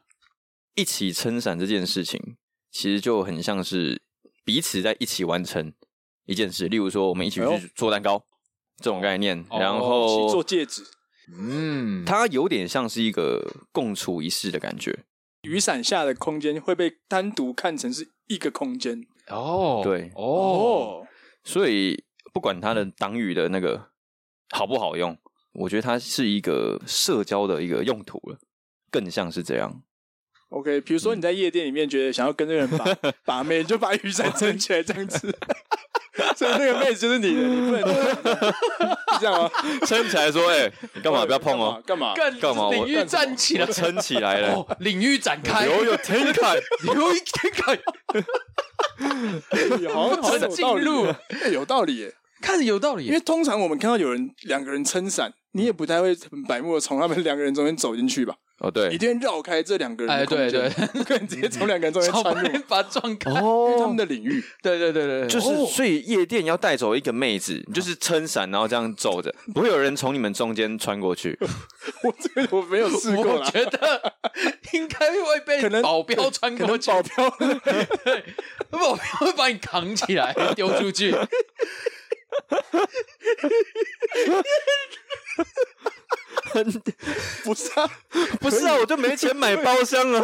C: 一起撑伞这件事情，其实就很像是彼此在一起完成一件事。例如说，我们一起
A: 哎呦
C: 去做蛋糕、这种概念，
B: 哦
C: 然
A: 一起做
C: 后
A: 戒指，
B: 嗯，
C: 它有点像是一个共处一室的感觉。
A: 雨伞下的空间会被单独看成是一个空间。
B: 哦，
C: 对
B: 哦，，
C: 所以不管它的挡雨的那个好不好用，我觉得它是一个社交的一个用途了，更像是这样。
A: OK，比如说你在夜店里面觉得想要跟这个人把
C: 嗯
A: 把妹，你就把雨伞撑起来这样 子，所以那个妹子就是你的，你不能
C: 哦
A: 是这样吗？
C: 撑起来说：“哎、你 干嘛不要碰 哦？”
A: 干嘛？干嘛
B: 干
C: 干嘛我
B: 领域站起来
C: 我，撑起来了，
B: 哦，领域展开，
C: 留有天看，
B: 留一天看，
A: 你哎好像好像有道理
B: 进入
A: 耶，哎有道理耶。
B: 看着有道理
A: 因为通常我们看到有人两个人撑伞，你也不太会很白目的从他们两个人中间走进去吧？
C: 哦，对
A: 一，定会绕开这两个人
B: 哎
A: 的空间，
B: 对
A: 不可能直接从两个人中间
B: 超
A: 穿
B: 把
A: 入
B: 人把它撞开，
A: 他
C: 哦
A: 们，的领 域。
B: 对对对对，对
C: 就是所以夜店要带走一个妹子，你就是撑伞，然后这样走着，不会有人从你们中间穿过去。
A: 我这个我没有试过
B: 我
A: 啦，
B: 觉得应该会
A: 可
B: 被
A: 能
B: 保镖穿
A: 可
B: 过
A: 能
B: 去，
A: 保镖
B: 保镖会把你扛起来丢出去。
A: 不是啊，
C: 不是啊，我就没钱买包厢啊，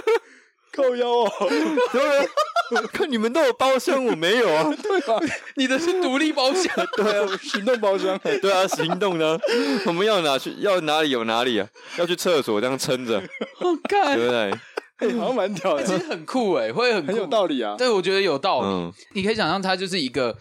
A: 扣腰哦，
C: 对不对？看你们都有包厢，我没有啊。
A: 对吧？
B: 你的是独立包厢，
A: 对啊， 行动包厢。
C: 对啊，行动呢，我们要哪去？要哪里有哪里啊？要去厕所这样撑着，
B: 我
C: 对
B: 看
C: 不对？
A: 哎，好像蛮屌
B: 其
A: 的，
B: 实很酷哎、会很酷
A: 很有道理啊。
B: 对，我觉得有道理。
C: 嗯
B: 你可以想象，它就是一个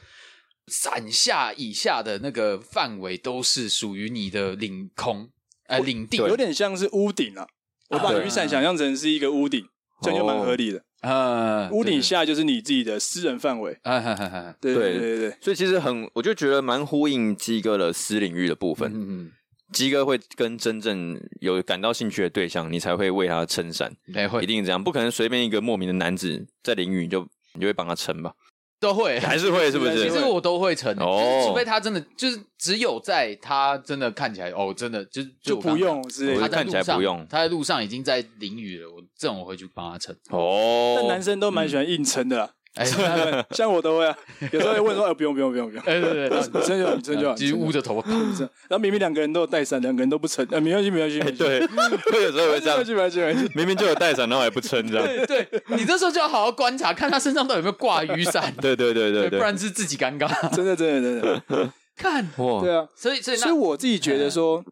B: 伞下以下的那个范围都是属于你的领空，呃，领地，
A: 有点像是屋顶啊。我把
B: 对
A: 雨伞想象成是一个屋顶，这样就蛮合理的。
B: 呃，
A: 屋顶
B: 对，
A: 下就是你自己的私人范围。
B: 啊哈哈哈，
A: 对对
C: 对
A: 对对，
C: 所以其实很，我就觉得蛮呼应鸡哥的私领域的部分。
B: 嗯，
C: 鸡哥会跟真正有感到兴趣的对象，你才会为他撑伞，
B: 没
C: 一
B: 会
C: 定这样，不可能随便一个莫名的男子在淋雨你就你就会帮他撑吧？
B: 都会，
C: 还是会是不
B: 其
A: 还是？
C: 是
B: 实我都会成，
C: 哦
B: 就是除非他真的就是只有在他真的看起来哦，真的就是
A: 就不，用之类
C: 我
B: 我
A: 的
C: 就
B: 刚刚讲。
C: 看起
B: 他在路
C: 来
B: 上
C: 不用
B: 他在路上已经在淋雨了，我这种我会去帮他撑。
C: 哦，
A: 但男生都蛮喜欢硬撑的啦，
B: 哎，
A: 像我都会啊，有时候会问说：“哎，不用不用不用不用，
B: 哎对对对，
A: 你撑就好，你撑就好。”
B: 就是捂
A: 着。
B: 着头发，
A: 然后明明两个人都有带伞，两个人都不撑，呃，没关系没关系，没关系
C: 哎对，我有时候会这
A: 没关 系，没关
C: 样
A: 系没关系。
C: 明明就有带伞，然后还不撑这样。
B: 对你这时候就要好好观察，看他身上到底有没有挂雨伞，
C: 对对对对
B: 不然是自己尴尬。
A: 真的真的真的，
B: 看，
C: 哇
A: 对啊。
B: 所以所以
A: 所以
B: 那
A: 我自己觉得说，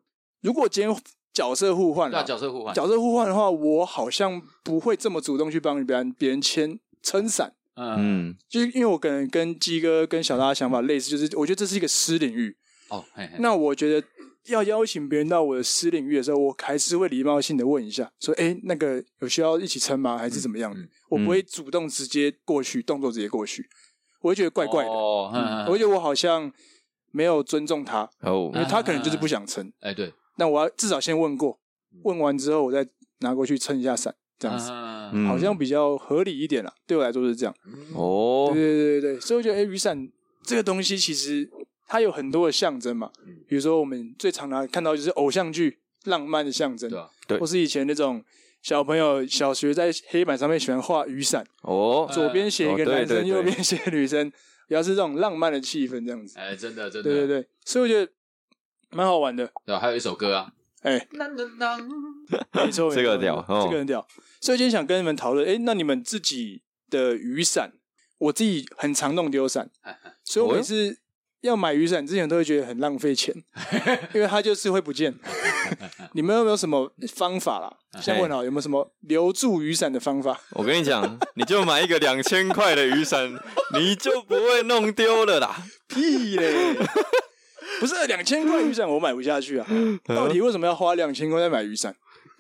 A: 如果今天角色互换
B: 对啊
A: 了，
B: 角色互换，
A: 角色互换的话，我好像不会这么主动去帮别人别人牵撑伞，
B: 嗯，
C: 嗯，
A: 就是因为我可能跟鸡哥跟小大的想法类似，就是我觉得这是一个私领域。
B: 哦，嘿嘿
A: 那我觉得要邀请别人到我的私领域的时候，我还是会礼貌性的问一下，说：“哎、那个有需要一起撑吗？还是怎么样？”
B: 嗯嗯
A: 我不会主动直接过去，动作直接过去，我会觉得怪怪的，
B: 哦，嗯嗯
A: 嗯我会觉得我好像没有尊重他，
C: 哦
A: 因为他可能就是不想撑。
B: 哎对，
A: 那我要至少先问过，问完之后我再拿过去撑一下伞，这样子。
B: 嗯
C: 嗯
A: 好像比较合理一点啦。对我来说是这样。对
C: 哦，
A: 对对对对，所以我觉得，哎、雨伞这个东西其实它有很多的象征嘛，
C: 嗯
A: 比如说我们最常拿看到就是偶像剧浪漫的象征
B: 对，啊，
C: 对
A: 或是以前那种。小朋友小学在黑板上面喜欢画雨伞，
C: 哦，
A: 左边写一个
C: 哦对
A: 男生，
C: 对对
A: 右边写女生，也要是这种浪漫的气氛这样子。
B: 哎真的真的，
C: 啊
A: 对对对，所以我觉得蛮好玩的。
B: 对啊，还有一首歌啊，
A: 哎、
B: 当当当
A: 没错，没错
C: 这个
A: 没错
C: 屌哦
A: 这个很屌。所以今天想跟你们讨论，哎，那你们自己的雨伞，我自己很常弄丢伞，所以我每
C: 哦
A: 次要买雨伞之前都会觉得很浪费钱，因为它就是会不见。你们有没有什么方法啦？先问好，有没有什么留住雨伞的方法？
C: 我跟你讲，你就买一个两千块的雨 伞，你就不会弄丢了啦。
A: 屁嘞！不是两千块雨伞我买不下 去啊，到底为什么要花两千块在买雨伞？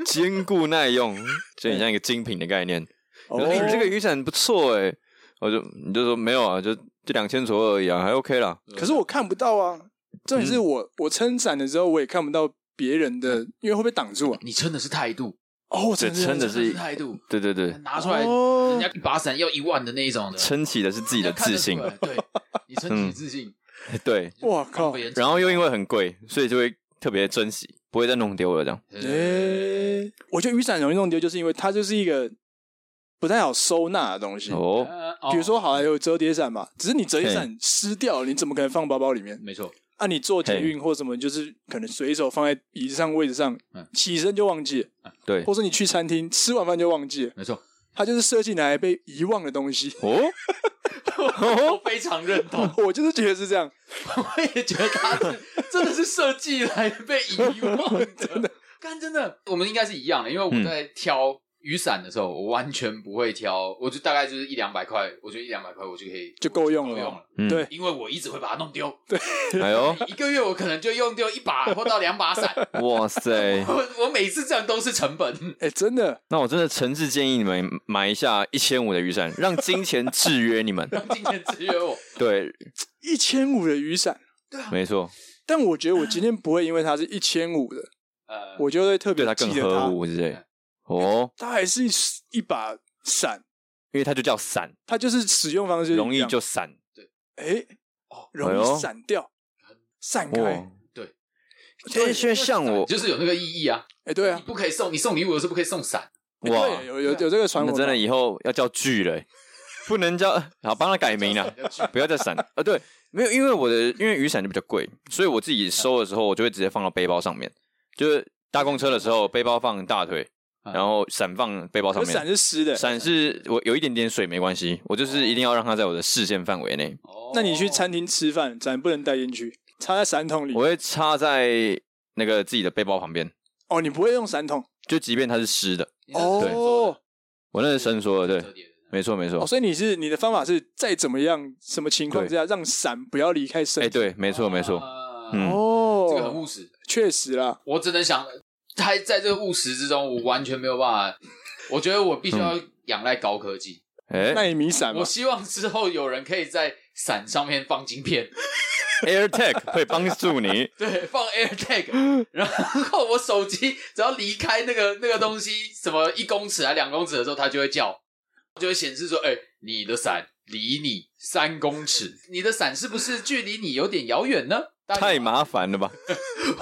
C: 坚固耐用，就很像一个精品的概念。
A: 哦
C: 哎、你这个雨伞不错哎、我就你就说没有啊，就就两千左右而已啊，还 OK 啦。
A: 可是我看不到啊。重点是我、
C: 嗯
A: 我撑伞的时候，我也看不到别人的，因为会被挡住啊。
B: 你撑的是态度，
A: 哦，我真
C: 对撑
B: 撑
C: 的
B: 的
C: 是
B: 是态度，
C: 对对对，
B: 拿出来，
A: 哦
B: 人家一把伞要一万的那一种的，
C: 撑起的是自己的自信
B: 人，
A: 哦
B: 家看得出来对你撑起自信，
C: 对。
A: 哇靠！
B: 别人
C: 然后又因为很贵，所以就会特别珍惜，不会再弄丢了这样。
A: 诶、我觉得雨伞容易弄丢，就是因为它就是一个不太好收纳的东西。
C: 哦，
B: 呃哦
A: 比如说，好了，有折叠伞嘛，只是你折叠伞湿掉了，你怎么可能放包包里面？
B: 没错，
A: 啊，你坐捷运或什么，就是可能随手放在椅子上、位置上
B: 嗯，
A: 起身就忘记了，
C: 对，
A: 或是你去餐厅吃完饭就忘记了，
B: 没错，
A: 它就是设计来被遗忘的东西。
C: 哦，
B: 我非常认同，
A: 我就是觉得是这样，
B: 我也觉得他是真的是设计来被遗忘的，真的，但真的，我们应该是一样的，因为我在挑雨伞的时候，我完全不会挑，我就大概就是一两百块，我觉得一两百块我就可以
A: 就够用了
B: 够用了，
C: 嗯
A: 对
B: 因为我一直会把它弄丢，
C: 哎呦，
B: 一个月我可能就用丢一把或到两把伞，
C: 哇塞！
B: 我我每次这样都是成本，
A: 哎、真的，
C: 那我真的诚挚建议你们买一下一千五的雨伞，让金钱制约 你们。
B: 今天制约我，
C: 对，
A: 一千五的雨伞，
C: 没错，
A: 但我觉得我今天不会因为它是一千五的，
B: 呃，
A: 我就会特别
C: 嗯对它
A: 记
C: 更
A: 得
C: 合
A: 它。
C: 乎之类。哦，
A: 它还是一把伞，
C: 因为它就叫伞，
A: 它就是使用方式
C: 容易
A: 一样
C: 就散。
A: 哎
B: 哦，
A: 容
C: 哎呦
A: 易散掉、散开
C: 哦。，
B: 对，
C: 因为因为像我
B: 就是有那个意义啊，
A: 哎，对啊
B: 你，不可以送，你送礼物的时候不可以送伞，
A: 哎
C: 哇，
A: 对有有有这个传
C: 那
A: 闻，
C: 真的以后要叫剧了欸，不能叫好帮他改名了，不要再伞啊。对，没有，因为我的因为雨伞就比较贵，所以我自己收的时候，我就会直接放到背包上面，就是搭公车的时候，背包放大腿，
B: 嗯
C: 然后伞放背包上
A: 啊可是伞
C: 面。
A: 是湿 的。
C: 伞是我有一点点水没关系，我就是一定要让它在我的视线范围内，
B: 哦
A: 那你去餐厅吃饭，伞不能带进去，插在伞桶里
C: 我。会插在那个自己的背包旁边，
A: 哦，你不会用伞桶
C: 就即便它是湿的，
B: 你那是怎么做的，
C: 我那是伸缩的，
B: 折
C: 对，
B: 叠的
C: 没错没错
A: 哦，，所以你是你的方法是再怎么样什么情况之下让伞不要离开身
C: 哎，
A: 体？
C: 对，没错没错，
B: 啊
C: 嗯
A: 哦，
B: 这个很务实。
A: 确实啦，
B: 我只能想，还在这个务实之中，我完全没有办法。我觉得我必须要仰赖高科技。
C: 哎
A: 那你迷伞嘛
B: 我，希望之后有人可以在伞上面放晶片，
C: ，AirTag 会帮助你，
B: 对，放 AirTag，然后我手机只要离开那个那个东西，什么一公尺还两公尺的时候，它就会叫，就会显示说，哎、你的伞离你三公尺，你的伞是不是距离你有点遥远呢？大家
C: 太麻烦了吧？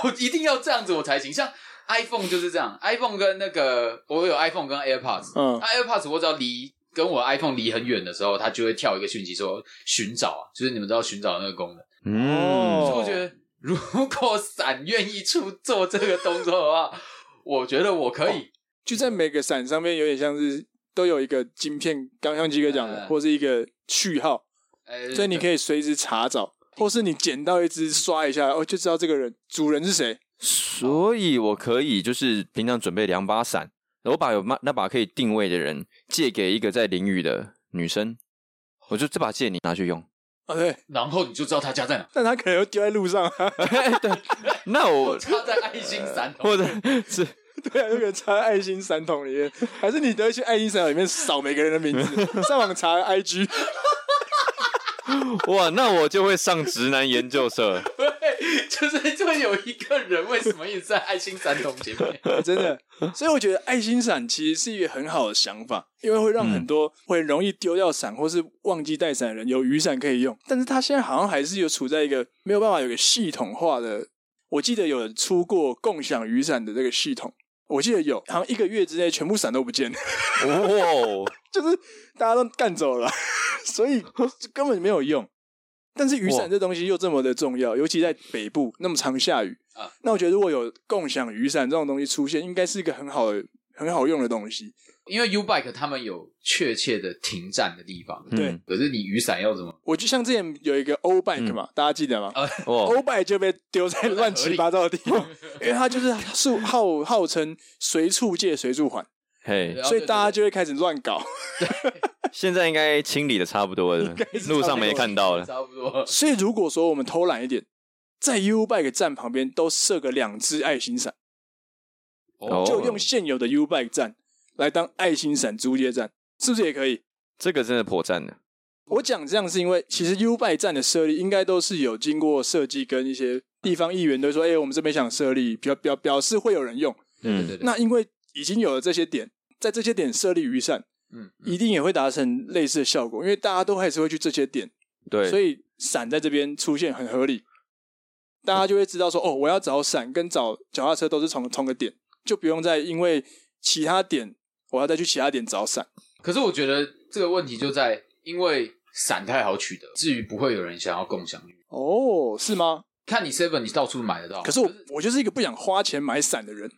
B: 我一定要这样子我才行。像 iPhone 就是这样，iPhone 跟那个我有 iPhone 跟 AirPods，那、
A: 嗯
B: AirPods 我只要离跟我 iPhone 离很远的时候，它就会跳一个讯息说寻找啊，就是你们知道寻找那个功能。
A: 哦
B: 所
C: 嗯
B: 以我觉得，如果伞愿意出做这个动作的话，我觉得我可以。
A: 就在每个伞上面有点像是都有一个晶片，刚像鸡哥讲的，
B: 嗯
A: 或是一个序号，
B: 呃，
A: 哦所以你可
B: 以
A: 以随时查找，或是你捡到一只刷一下，哦，就知道这个人主人是谁。
C: 所以我可以就是平常准备两把伞，我把有那那把可以定位的人借给一个在淋雨的女生，我就这把借你拿去用。
A: 哦，对，
B: 然后你就知道他家在哪，
A: 但他可能又丢在路上啊，
C: 那我
B: 他在爱心伞头。
C: 或者是
A: 对啊，有可能插在爱心三桶里面，还是你都会去爱心三桶里面扫每个人的名字，上网查 IG，
C: 哇，那我就会上直男研 究社。
B: 对，就是就有一个人为什么一直在爱心伞桶前面？
A: 真的。所以我觉得爱心伞其实是一个很好的想法，因为会让很多会容易丢掉伞或是忘记带伞的人有雨伞可以用。但是他现在好像还是有处在一个没有办法有个系统化的，我记得有人出过共享雨伞的这个系统。我记得有，好像一个月之内全部伞都不见了，哦
C: 哇，
A: 就是大家都干走了， 所以就根本没有用。但是雨
C: 哇
A: 伞这东西又这么的重要，尤其在北部那么常下雨
B: 啊
A: 那我觉得如果有共享雨伞这种东西出现，应该是一个很好的、很好用的东西。
B: 因为 U Bike 他们有确切的停站的地方，
A: 对
C: 嗯
B: 可是你雨伞要怎么？
A: 我就像之前有一个 O bike 嘛，大家记得吗？
C: 哇，
A: 欧拜就被丢在乱七八糟的地方，因为它就是是号号称随处借随处还，
C: 嘿，
B: 然后
A: 所以大家就会开始乱搞。
C: 现在应该清理的差 不多了，路上没看到了。
B: 差不多。
A: 所以如果说我们偷懒一点，在 U bike 站旁边都设个两只爱心伞，
C: 哦
A: 就用现有的 U bike 站来当爱心伞租借站，是不是也可以？
C: 这个真的破绽了。
A: 我讲这样是因为，其实 U bike 站的设立应该都是有经过设计，跟一些地方议员都说，哎、我们这边想设立，表表表示会有人用。
B: 对对
C: 嗯，
B: 对，
A: 那因为已经有了这些点，在这些点设立雨伞，
B: 嗯，嗯
A: 一定也会达成类似的效果，因为大家都还是会去这些点，
C: 对，
A: 所以伞在这边出现很合理，大家就会知道说，哦，我要找伞跟找脚踏车都是同同个点，就不用再因为其他点我要再去其他点找伞。
B: 可是我觉得这个问题就在因为伞太好取得，至于不会有人想要共享。
A: 哦，是吗？
B: 看你 seven，你到处买得到。
A: 可是我我就是一个不想花钱买伞的人，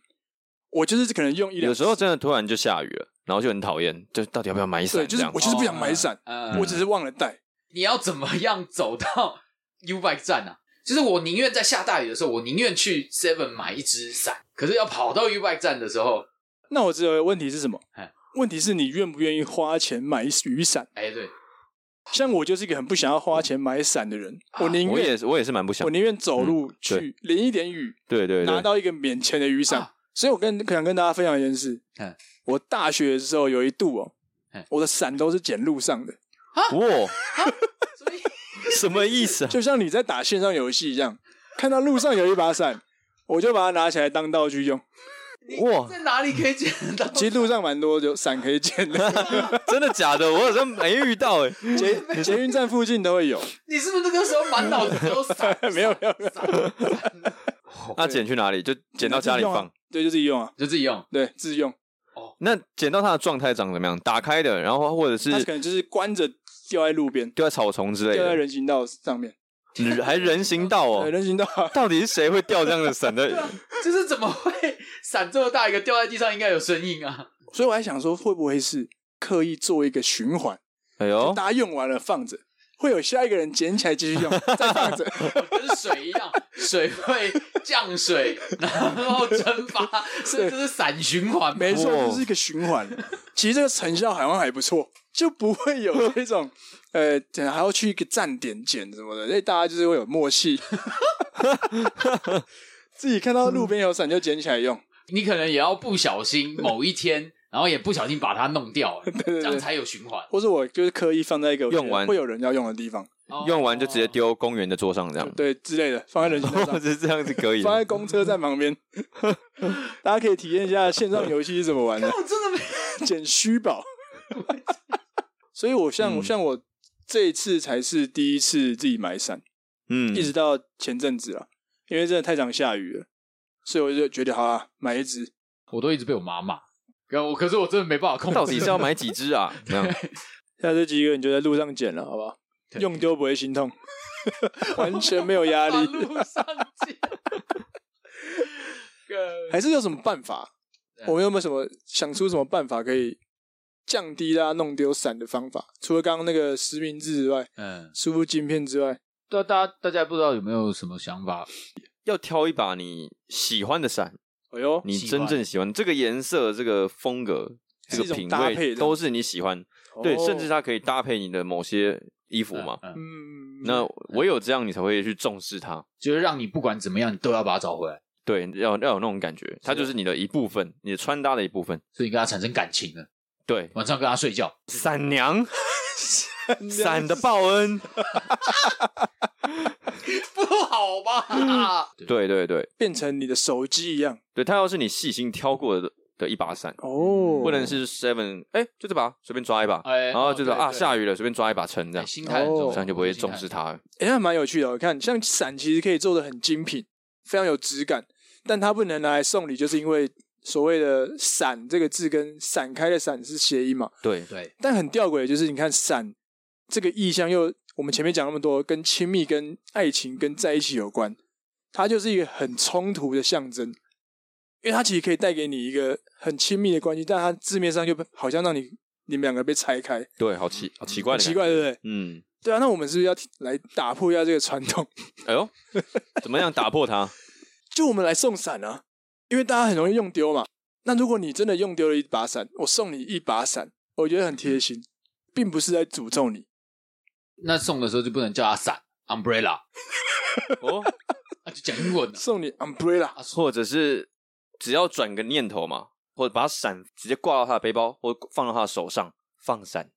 A: 我就是可能用一两
C: 有时候真的突然就下雨了，然后就很讨厌，就到底要不要买伞
A: 对，
C: 这
A: 就是
C: 样？哦
A: 我就是不想买伞，
B: 嗯
A: 我只是忘了带。
B: 你要怎么样走到 U Bike 站啊？就是我宁愿在下大雨的时候，我宁愿去 Seven 买一支伞，可是要跑到 U Bike 站的时候，
A: 那我只有问题是什么
B: 哎？
A: 问题是你愿不愿意花钱买雨伞？
B: 哎、对，
A: 像我就是一个很不想要花钱买伞的人，
B: 啊
A: 我宁
C: 我
A: 愿
C: 也是，我也是蛮不想嗯
A: 我。宁愿走路
C: 对
A: 去淋一点雨，
C: 对对
A: 拿
C: 对，
A: 到一个免钱的雨伞
B: 啊。
A: 所以我跟想跟大家分享一件事
B: 嗯，
A: 我大学的时候有一度哦
B: 嗯，
A: 我的伞都是捡路上的，
C: 哇，
B: 所以
C: 什么意思啊？
A: 就像你在打线上游戏一样，看到路上有一把伞， 我就把它拿起来当道具用。
C: 哇，
B: 在哪里可以捡得到？
A: 其实路上蛮多有 伞可以捡的，
C: 真的假的？我好像没遇到哎、
A: 捷捷运站附近都会有。
B: 你是不是那个时候满脑子都伞？
A: 没有没有没有
B: 伞，伞
C: 那捡去哪里？就捡到家里
A: 自己用
C: 放
A: 啊。，对，就自己用啊，
B: 就自己用。
A: 对，自己用。
C: 那捡到它的状态长怎么样？打开的，然后或者
A: 它
C: 是
A: 可能就是关着掉在路边，
C: 掉在草丛之类
A: 掉在
C: 的，
A: 人行道上面，
C: 人还人行道
A: 对，
C: 哦。
A: 人行道 啊
C: 到底是谁会掉这样 的伞的？
B: 就是怎么会 伞这么大一个掉在地上，应该有声音啊？
A: 所以我还想说，会不会是刻意做一个循环？
C: 哎呦，
A: 大家用完了放着，会有下一个人捡起来继续 用，再放着。
B: 跟水一样， 水会降水，然后蒸发，是就是散循环。
A: 没错，
C: 哇
A: 这是一个循环。其实这个成效好像还不错，就不会有这 种呃，等还要去一个站点捡什么的，因为大家就是会有默 契，自己看到路边有伞就捡起来用。
B: 你可能也要不小心某一天，然后也不小心把它弄掉， 这样才有循环。
A: 或是我就是刻意放在一个我觉得
C: 用完
A: 会有人要用的地方，
B: 哦
C: 用完就直接。丢公园的桌上这样，
A: 对之类的，放在人行 道上，
C: 是这样子可以的。
A: 放在公车站旁 边，大家可以体验一下线上游戏是怎么玩的，
B: 我真的没
A: 捡虚宝。 所以我像、
C: 嗯
A: 像我这一次才是第一次自己买伞，
C: 嗯
A: 一直到前阵子啦，因为真的太常下雨了，所以我就觉得好啦，买一只。
B: 我都一直被我妈骂。可我可是我真的没办法控制，
C: 到底是要买几只 啊？这样
A: 下次几个你就在路上捡了，好不好？
B: 对
A: 用丢不会心 痛，完全没有压力。
B: 路上 见。
A: 还是有什么办法？
C: 啊
B: 对
A: 我们有没有什么想出什么办法可以降低大家弄丢伞的方法？除了刚刚那个实名制之外，
B: 嗯，
A: 输入晶片之外，
B: 对，啊大家大家不知道有没有什么想法？
C: 要挑一把你喜欢的伞，
A: 哎呦，
C: 你
B: 喜
C: 真
B: 欢
C: 正喜欢这个颜色、这个风格、这
A: 是一
C: 个
A: 种
C: 品
A: 搭配
C: 味，
A: 的
C: 都是你喜欢。对，
A: 哦
C: 甚至它可以搭配你的某些衣服嘛。
B: 嗯，嗯
A: 嗯，
C: 那唯有这样，你才会去重视它。
B: 就是让你不管怎么样，你都要把它找回来，
C: 对，要要有那种感
A: 啊
C: 觉，它
B: 是
C: 就是你的一部分，你的穿搭的一部分。
B: 所以你跟他产生感情了。
C: 对，
B: 晚上跟他睡觉，
C: 伞 娘，伞的报恩。
B: 不好吧？对，
C: 对对对
A: 变成你的手机一样
C: 对，它要是你细心挑过的的一把伞，
A: 哦，
C: 不能是 seven，哎，就这把随便抓一把，
B: 哎
C: 然后就是
B: 哦对
C: 啊
B: 对
C: 下雨了随便抓一把撑这样
B: 哎，心态很
A: 哦
B: 重要，
C: 这样就不会重视它了。
A: 哎、还蛮有趣的哦、看，像伞其实可以做的很精品，非常有质感，但它不能拿来送礼，就是因为所谓的“伞”这个字跟散开的“伞”是谐音嘛。
C: 对，
B: 对，
A: 但很吊诡的就是，你看“伞”这个意象又，我们前面讲那么多，跟亲密、跟爱情、跟在一起有关，它就是一个很冲突的象征，因为它其实可以带给你一个很亲密的关系，但它字面上就好像让你你们两个被拆开，
C: 对，好奇好奇怪
A: 很
C: 的，
A: 奇，怪，对不对？
C: 嗯，
A: 对啊，那我们是不是要来打破一下这个传统？
C: 哎呦，怎么样打破它？
A: 就我们来送伞啊，因为大家很容易用丢嘛。那如果你真的用丢了一把伞，我送你一把伞，我觉得很贴心，并不是在诅咒你。
B: 那送的时候就不能叫他伞 umbrella，
C: 哦，
B: 那就讲英文的。
A: 送你 umbrella，
C: 或者是只要转个念头嘛，或者把伞直接挂到他的背包，或放到他的手上放伞。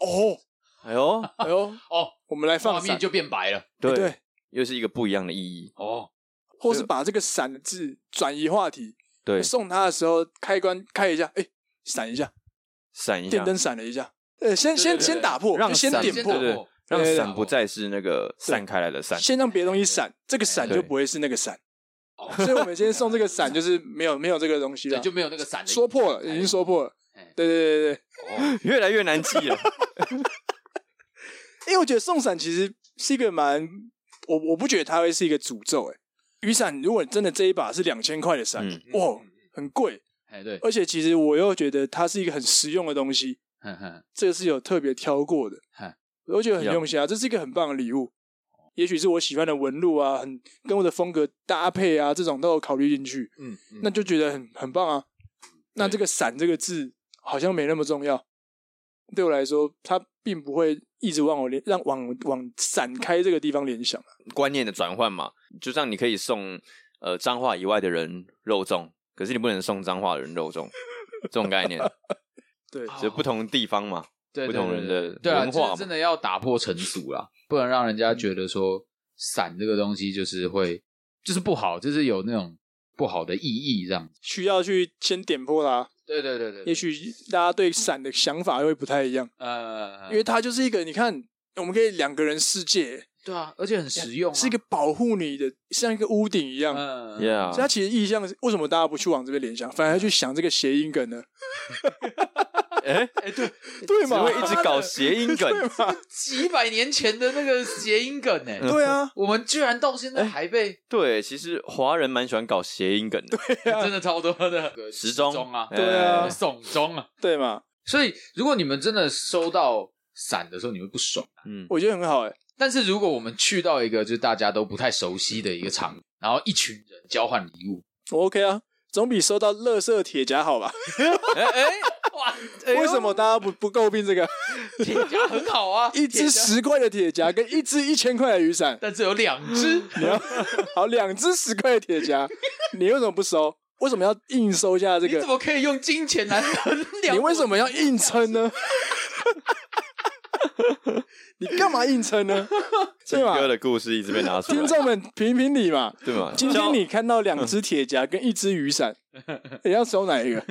A: 哦，
C: 哎呦，
A: 哎呦，
B: 哦，
A: 我们来放
B: 画
A: 伞
B: 面，就变白了。
A: 哎
C: 对，
A: 对，
C: 又是一个不一样的意义。
B: 哦，
A: 或是把这个伞的字转移话题，
C: 对，
A: 送他的时候开关开一下，哎，闪一下，
C: 闪一
A: 电
C: 下，
A: 灯闪了一下，呃，先
B: 对
A: 先
B: 对
A: 先打破，
C: 让
A: 就先
C: 伞
A: 点
B: 先
A: 破
B: 打，
C: 对
B: 破
C: 对，让
A: 对
C: 伞不再是那个散开来的伞。
A: 先让别的东西闪，这个伞
C: 对
A: 就不会是那个伞。
B: 哦
A: 所以我们先送这个伞，就是没有没有这个东西
B: 对，
A: 了，
B: 就没有那个伞的。
A: 说破了，已经说破了
B: 哎。
A: 对对对对。
B: 哦，
C: 越来越难记 了。
A: 因为我觉得送伞其实是一个蛮，我我不觉得它会是一个诅咒、欸。雨伞如果真的这一把是两千块的伞，
C: 嗯
A: 哇，很贵，
B: 哎 对，
A: 而且其实我又觉得它是一个很实用的东西，
B: 哼哼，
A: 这个是有特别挑过的
B: 嗨，
A: 我都觉得很用心啊，这是一个很棒的礼物。也许是我喜欢的纹路啊，很跟我的风格搭配啊，这种都有考虑进去，
B: 嗯，嗯
A: 那就觉得很很棒啊。那这个“伞”这个字好像没那么重要，对我来说，它并不会一直往我联让往往散开这个地方联想。啊
C: 观念的转换嘛，就像你可以送呃脏话以外的人肉粽，可是你不能送脏话的 人肉粽，这种概念，
A: 哦对，
B: 好
C: 就不同地方嘛。
B: 对
C: 不
B: 对
C: 同
B: 对
C: 人
B: 对
C: 的
B: 对啊，
C: 文化
B: 就是
C: 嘛
B: 真的要打破成俗啦，不能让人家觉得说伞这个东西就是会就是不好，就是有那种不好的意义这样子。
A: 需要去先点破它。
B: 对对对对，
A: 也许大家对伞的想法会不太一样，
B: 呃，
A: 因为它就是一个你看，我们可以两个人世界，
B: 对啊，而且很实用啊，
A: 是一个保护你的，像一个屋顶一样。
B: 嗯
C: Yeah，
A: 所以它其实意象是，为什么大家不去往这边联想，反而去想这个谐音梗呢？
C: 哎，
A: 对
C: 只
A: 嘛？
C: 会一直搞谐音 梗，
A: 对嘛？
B: 几百年前的那个谐音梗呢、
A: 对啊，
B: 我们居然到现在还被、
C: 对，其实华人蛮喜欢搞谐音梗的，
B: 真的超多的
C: 时钟
B: 啊，
A: 对啊
C: 哎
B: 耸钟啊。
A: 对嘛？
B: 所以，如果你们真的收到闪的时候你会不爽。
C: 嗯，
A: 我觉得很好哎、
B: 但是如果我们去到一个就是大家都不太熟悉的一个场，然后一群人交换礼物，
A: 我 OK 啊，总比收到垃圾铁夹好吧？
C: 哎哎，
B: 哇，哎
A: 为什么大家不不诟病这个？
B: 铁夹很好啊，
A: 一
B: 铁
A: 只
B: 夹，
A: 十块的铁夹跟一只一千块的雨伞，
B: 但是有两只，
A: 你要好两只十块的铁夹，你为什么不收？为什么要硬收下这
B: 你怎
A: 个？
B: 么可以用金钱来衡量？
A: 你为什么要硬撑呢？ 你干嘛硬撑呢？对
C: 这
A: 吧
C: 哥？的故事一直被拿出
A: 听
C: 来，
A: 众们评评理嘛。
C: 对吗？
A: 今天你看到两只铁夹跟一只雨 伞，你要收哪一个？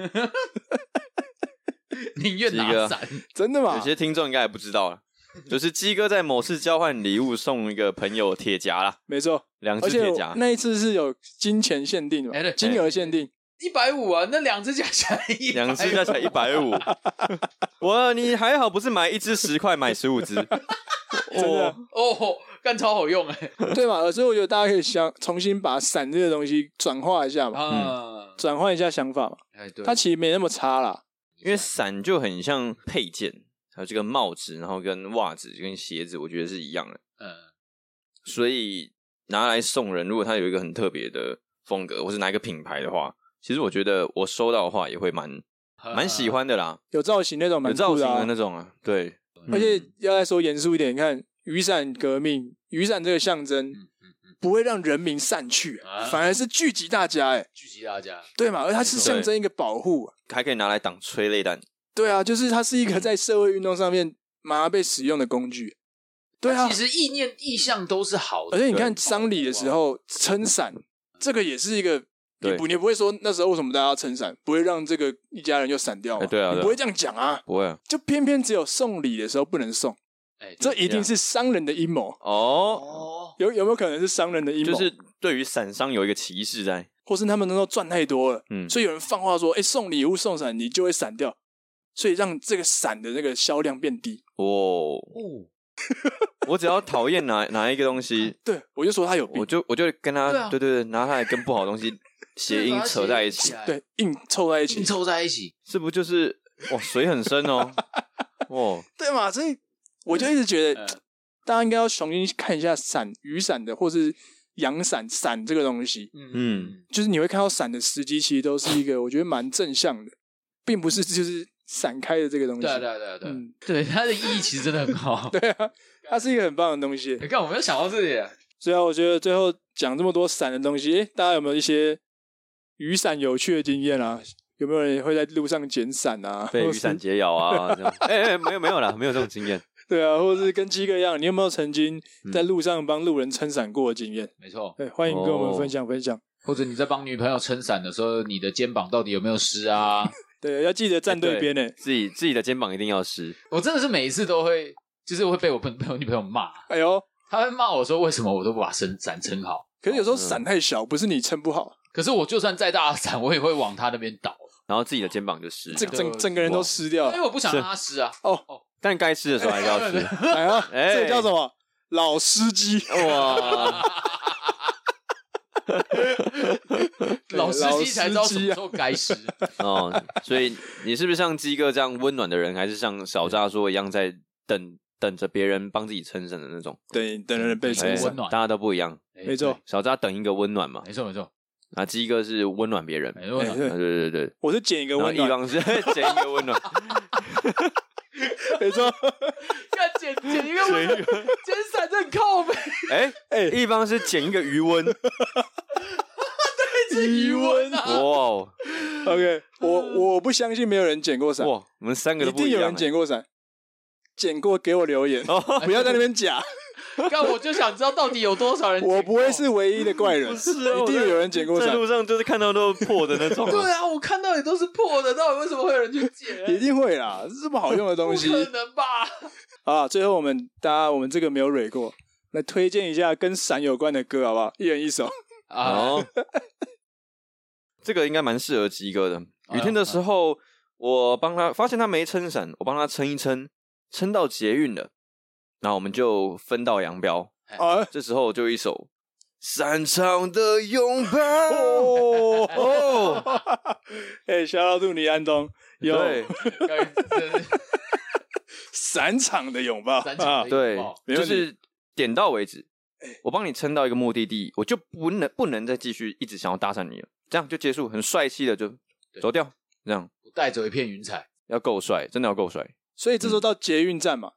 B: 宁愿
C: 几
B: 拿
C: 个
B: 伞？
A: 真的
C: 有
A: 吗？
C: 些听众应该也不知道了，就是鸡哥在某次交换礼物送一个朋友铁夹啦，
A: 没错，
C: 两
A: 而
C: 只
A: 且
C: 铁
A: 我
C: 夹，
A: 那一次是有金钱限定嘛
B: 哎对，
A: 金额限定。
B: 一百五啊，那两只加起来一
C: 两只加起来一百 五。我你还好，不是买一只十块，买十 五只。
A: 的
C: 哦，
B: 哦，干超好用哎、
A: 对嘛？所以我觉得大家可以想重新把伞这个东西转化一下嘛，
B: 啊，
A: 转换一下想法嘛。
B: 哎对，
A: 它嗯其实没那么差啦。
C: 因为伞就很像配件，还有这个帽子，然后跟袜子跟鞋子，我觉得是一样的。
B: 嗯
C: 所以拿来送人，如果他有一个很特别的风格，或是哪一个品牌的话，其实我觉得我收到的话也会蛮
B: 啊
C: 蛮喜，欢的啦，
A: 有造型那种
C: 有
A: 蛮
C: 造
A: 酷
C: 型
A: 的、啊
C: 的，那种啊，对，
A: 而且
B: 嗯
A: 要再说严肃一点，你看雨伞革命，雨伞这个象征
B: 嗯
A: 不会让人民散去、
B: 啊
A: 反而是聚集大家、哎，
B: 聚集大家，
A: 对嘛？而它是
B: 没
C: 错
A: 象征一个保护、啊
C: 还可以拿来挡催泪弹。
A: 对啊，就是它是一
B: 嗯
A: 个在社会运动上面马上被使用的工具。对啊
B: 其，实意念意向都是好的，
A: 而且你看丧礼的时候撑伞，这个也是一个。你
C: 对
A: 不，你不会说那时候为什么大家要撑伞，不会让这个一家人就散掉吗？
C: 哎对啊
A: 你
C: 对啊
A: 不会这样讲啊，
C: 不会啊，
A: 就偏偏只有送礼的时候不能送，
B: 哎，
A: 这一定
C: 对
A: 是商人的阴谋。
C: 哦，
B: 哦，
A: 有有没有可能是商人的阴谋？
C: 就是对于伞商有一个歧视在，
A: 或是他们能够赚太多了，
C: 嗯，
A: 所以有人放话说，哎、送礼物送伞你就会散掉，所以让这个伞的那个销量变低。
C: 哦，
B: 哦，
C: 我只要讨厌哪哪一个 东西，
A: 对，我就说他有
C: 我
A: 病，
C: 就我就跟他
B: 对啊
C: 对对对，拿他来跟不好的东西谐音扯在一
B: 哦
C: 起，，
A: 对，硬凑在一起
B: 硬，凑在一起，
C: 是不就是哇水很深 哦，哦，
A: 对嘛？所以我就一直觉得，
B: 嗯
A: 大家应该要重新看一下伞、雨伞的，或是阳伞、伞这个东西，
C: 嗯，
A: 就是你会看到伞的时机，其实都是一个我觉得蛮正向的，并不是就是散开的这个东西。
B: 嗯对啊对啊对啊对啊
A: 嗯，
B: 对，它的意义其实真的很好。
A: 对啊，它是一个很棒的东西。
B: 你看，我没有想到这里，
A: 所以啊，我觉得最后讲这么多伞的东西，诶大家有没有一些雨伞有趣的经验啊？有没有人会在路上捡伞啊？
C: 被
A: 或
C: 雨
A: 是
C: 伞解 咬啊，这样，哎哎，没有没有啦，没有这种经验，
A: 对啊，或者是跟鸡哥一样，你有没有曾经
B: 嗯
A: 在路上帮路人撑伞过的经验？
B: 没错。
A: 对，欢迎跟
B: 哦
A: 我们分享分享。
B: 或者你在帮女朋友撑伞的时候，你的肩膀到底有没有湿啊？
A: 对，要记得
C: 哎
A: 站对边呢、欸
C: 自己自己的肩膀一定要湿，
B: 我真的是每一次都会，就是会被我朋友女朋友骂，
A: 哎呦，
B: 她会骂我说为什么我都不把撑伞撑好。
A: 可是
C: 哦
A: 有时候伞太小，不是你撑不好，
B: 可是我就算再大的伞，我也会往他那边 倒，
C: 然后自己的肩膀就湿，
A: 这
C: 这样
A: 整整个人都湿掉
C: 哎
B: 因为
A: 了。
B: 我不想让他湿啊。
C: 但该湿的时候还是要 湿，
A: 哎呀，
C: 哎
A: 这个叫什么？老司机，
C: 哇，
B: 老司机才知道
A: 老司
B: 什
A: 机啊
B: 么时候 该湿。
C: 哦，所以你是不是像鸡哥这样温暖的人，还是像小炸说一样在等等着别人帮自己撑伞的那种？
A: 等等人被撑
C: 哎
A: 伞
B: 温。暖
C: 大家都不一样。
B: 哎
A: 没错，
C: 小扎等一个温暖嘛，
B: 没错，没错，
C: 啊，鸡哥是温暖别人，
B: 没错
A: 哎。对
C: 啊对对对，
A: 我是捡一个
C: 然后
A: 温
C: 一
A: 暖，
C: 方是 捡一个温 暖，
A: 没 错。
B: 要捡捡一个温暖，捡伞这很靠背，
C: 哎
A: 哎
C: 一方是捡一个 余温，
B: 这余温啊
C: 哇。哦
A: OK，我我不相信没有人捡过伞
C: 哇，，我们三
A: 啊
C: 个
A: 一
C: 都不
A: 定
C: 一
A: 有
C: 样欸
A: 人，捡过伞，捡过给我留言，
C: 哦，
A: 不要在那边 假，
B: 看，我就想知道到底有多少人捡过。
A: 我不会是唯一的怪人，
C: 不 是
A: 一
C: 啊，
A: 定
C: 我在
A: 有人捡过
C: 在
A: 伞，
C: 路上就是看到都是破的那 种啊，
B: 对啊，我看到也都是破的，到底为什么会有人去捡？
A: 一定会啦，这么好用的东西
B: 不可能 吧？
A: 啊！最后我们大家我们这个没有蕊过，来推荐一下跟伞有关的歌好不好？一人一首，
B: 啊，
C: 哦，这个应该蛮适合鸡哥的。
B: 哎
C: 雨
B: 呀
C: 天的时候，我帮他发现他没撑伞，我帮他撑一撑，撑到捷运了，那我们就分道扬镳。
A: 啊
C: 这时候就一首《散场的拥抱》
A: 哦，
C: 哦，
A: 哎，小老杜尼安东有
C: 对，
B: 真是
A: 散场的拥抱，
B: 三场
A: 啊
B: 的
C: 对
B: 拥抱，
A: 没
C: 就
A: 问题哎
C: 是点到为止。我帮你撑到一个目的地，我就不能不能再继续一直想要搭讪你了，这样就结束，很帅气的就
B: 对
C: 走掉，这样
B: 带走一片云彩。
C: 要够帅，真的要够帅。
A: 所以这时候到捷运站嘛，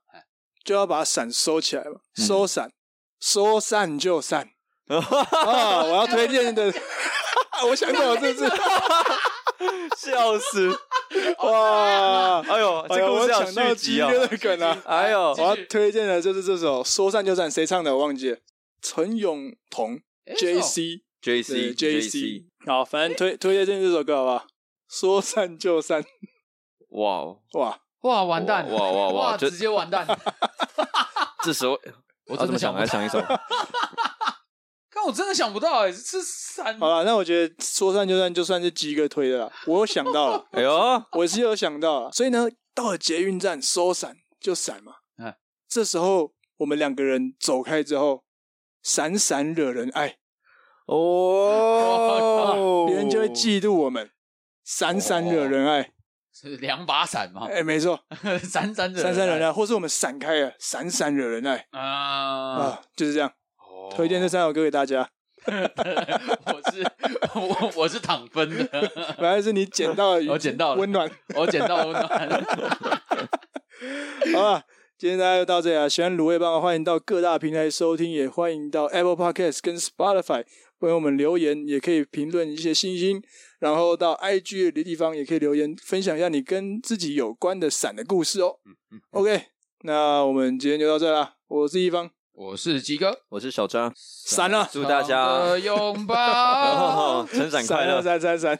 A: 就要把伞收起来嘛，
C: 嗯
A: 收伞，说散就散。啊，我要推荐的， 我想到这是
C: 笑死！
A: 哇，
C: 哎呦，
A: 哎
C: 这
A: 呀
C: 故
A: 我
C: 事要
A: 想到
C: 续
A: 激
C: 集啊！
A: 烈的梗啊！
C: 哎呦
A: 我，要推荐的就是这首《说散就散》，谁唱的我忘记了，陈永彤
B: 诶
A: J
B: 是
A: C
C: ，J
A: 对
C: C
A: J C，好，反正推推荐这首歌好不好？ 说散就散，
C: 哇哦，
A: 哇，
B: 哦哇，完蛋！
C: 哇哇哇
B: 哇，
C: 这
B: 直接完蛋！
C: 这 时候
B: 我
C: 要
B: 真
C: 怎
B: 的
C: 么
B: 想
C: 想
B: 不
C: 来
B: 到，
C: 想一首，
B: 看我真的想不到哎，这三
A: 好了，那我觉得说散就散就算是鸡哥推的啦，我有想到了，
C: 哎呦，
A: 我是有想到了，所以呢，到了捷运站收伞就伞嘛，
B: 嗯
A: 这时候我们两个人走开之后，闪闪惹人爱，
C: 哦，
A: 别人就会嫉妒我们，闪闪惹人爱，
B: 是两把伞嘛
A: 哎、，没错，
B: 闪闪哦惹
A: 闪闪惹人
B: 人
A: 爱，或是我们闪开了，闪闪惹人爱
B: 爱啊！
A: 啊，就是这样，
B: 哦
A: 推荐这三首歌给大家。
B: 我是我我是躺分的，
A: 本来是你捡到了
B: 我捡到了
A: 温暖。
B: 我捡到温暖。
A: 好了，今天大家就到这里了。啊喜欢卤味帮的，欢迎到各大平台收听，也欢迎到 Apple Podcast 跟 Spotify 为我们留言，也可以评论一些星星。然后到 IG 的地方也可以留言，分享一下你跟自己有关的伞的故事哦。OK，那我们今天就到这啦。我是一方，
B: 我是鸡哥，
C: 我 是小张，
A: 散了，
C: 祝大家
B: 长的拥抱。
C: 成长
A: 散
C: 快乐
A: 了，。散散散。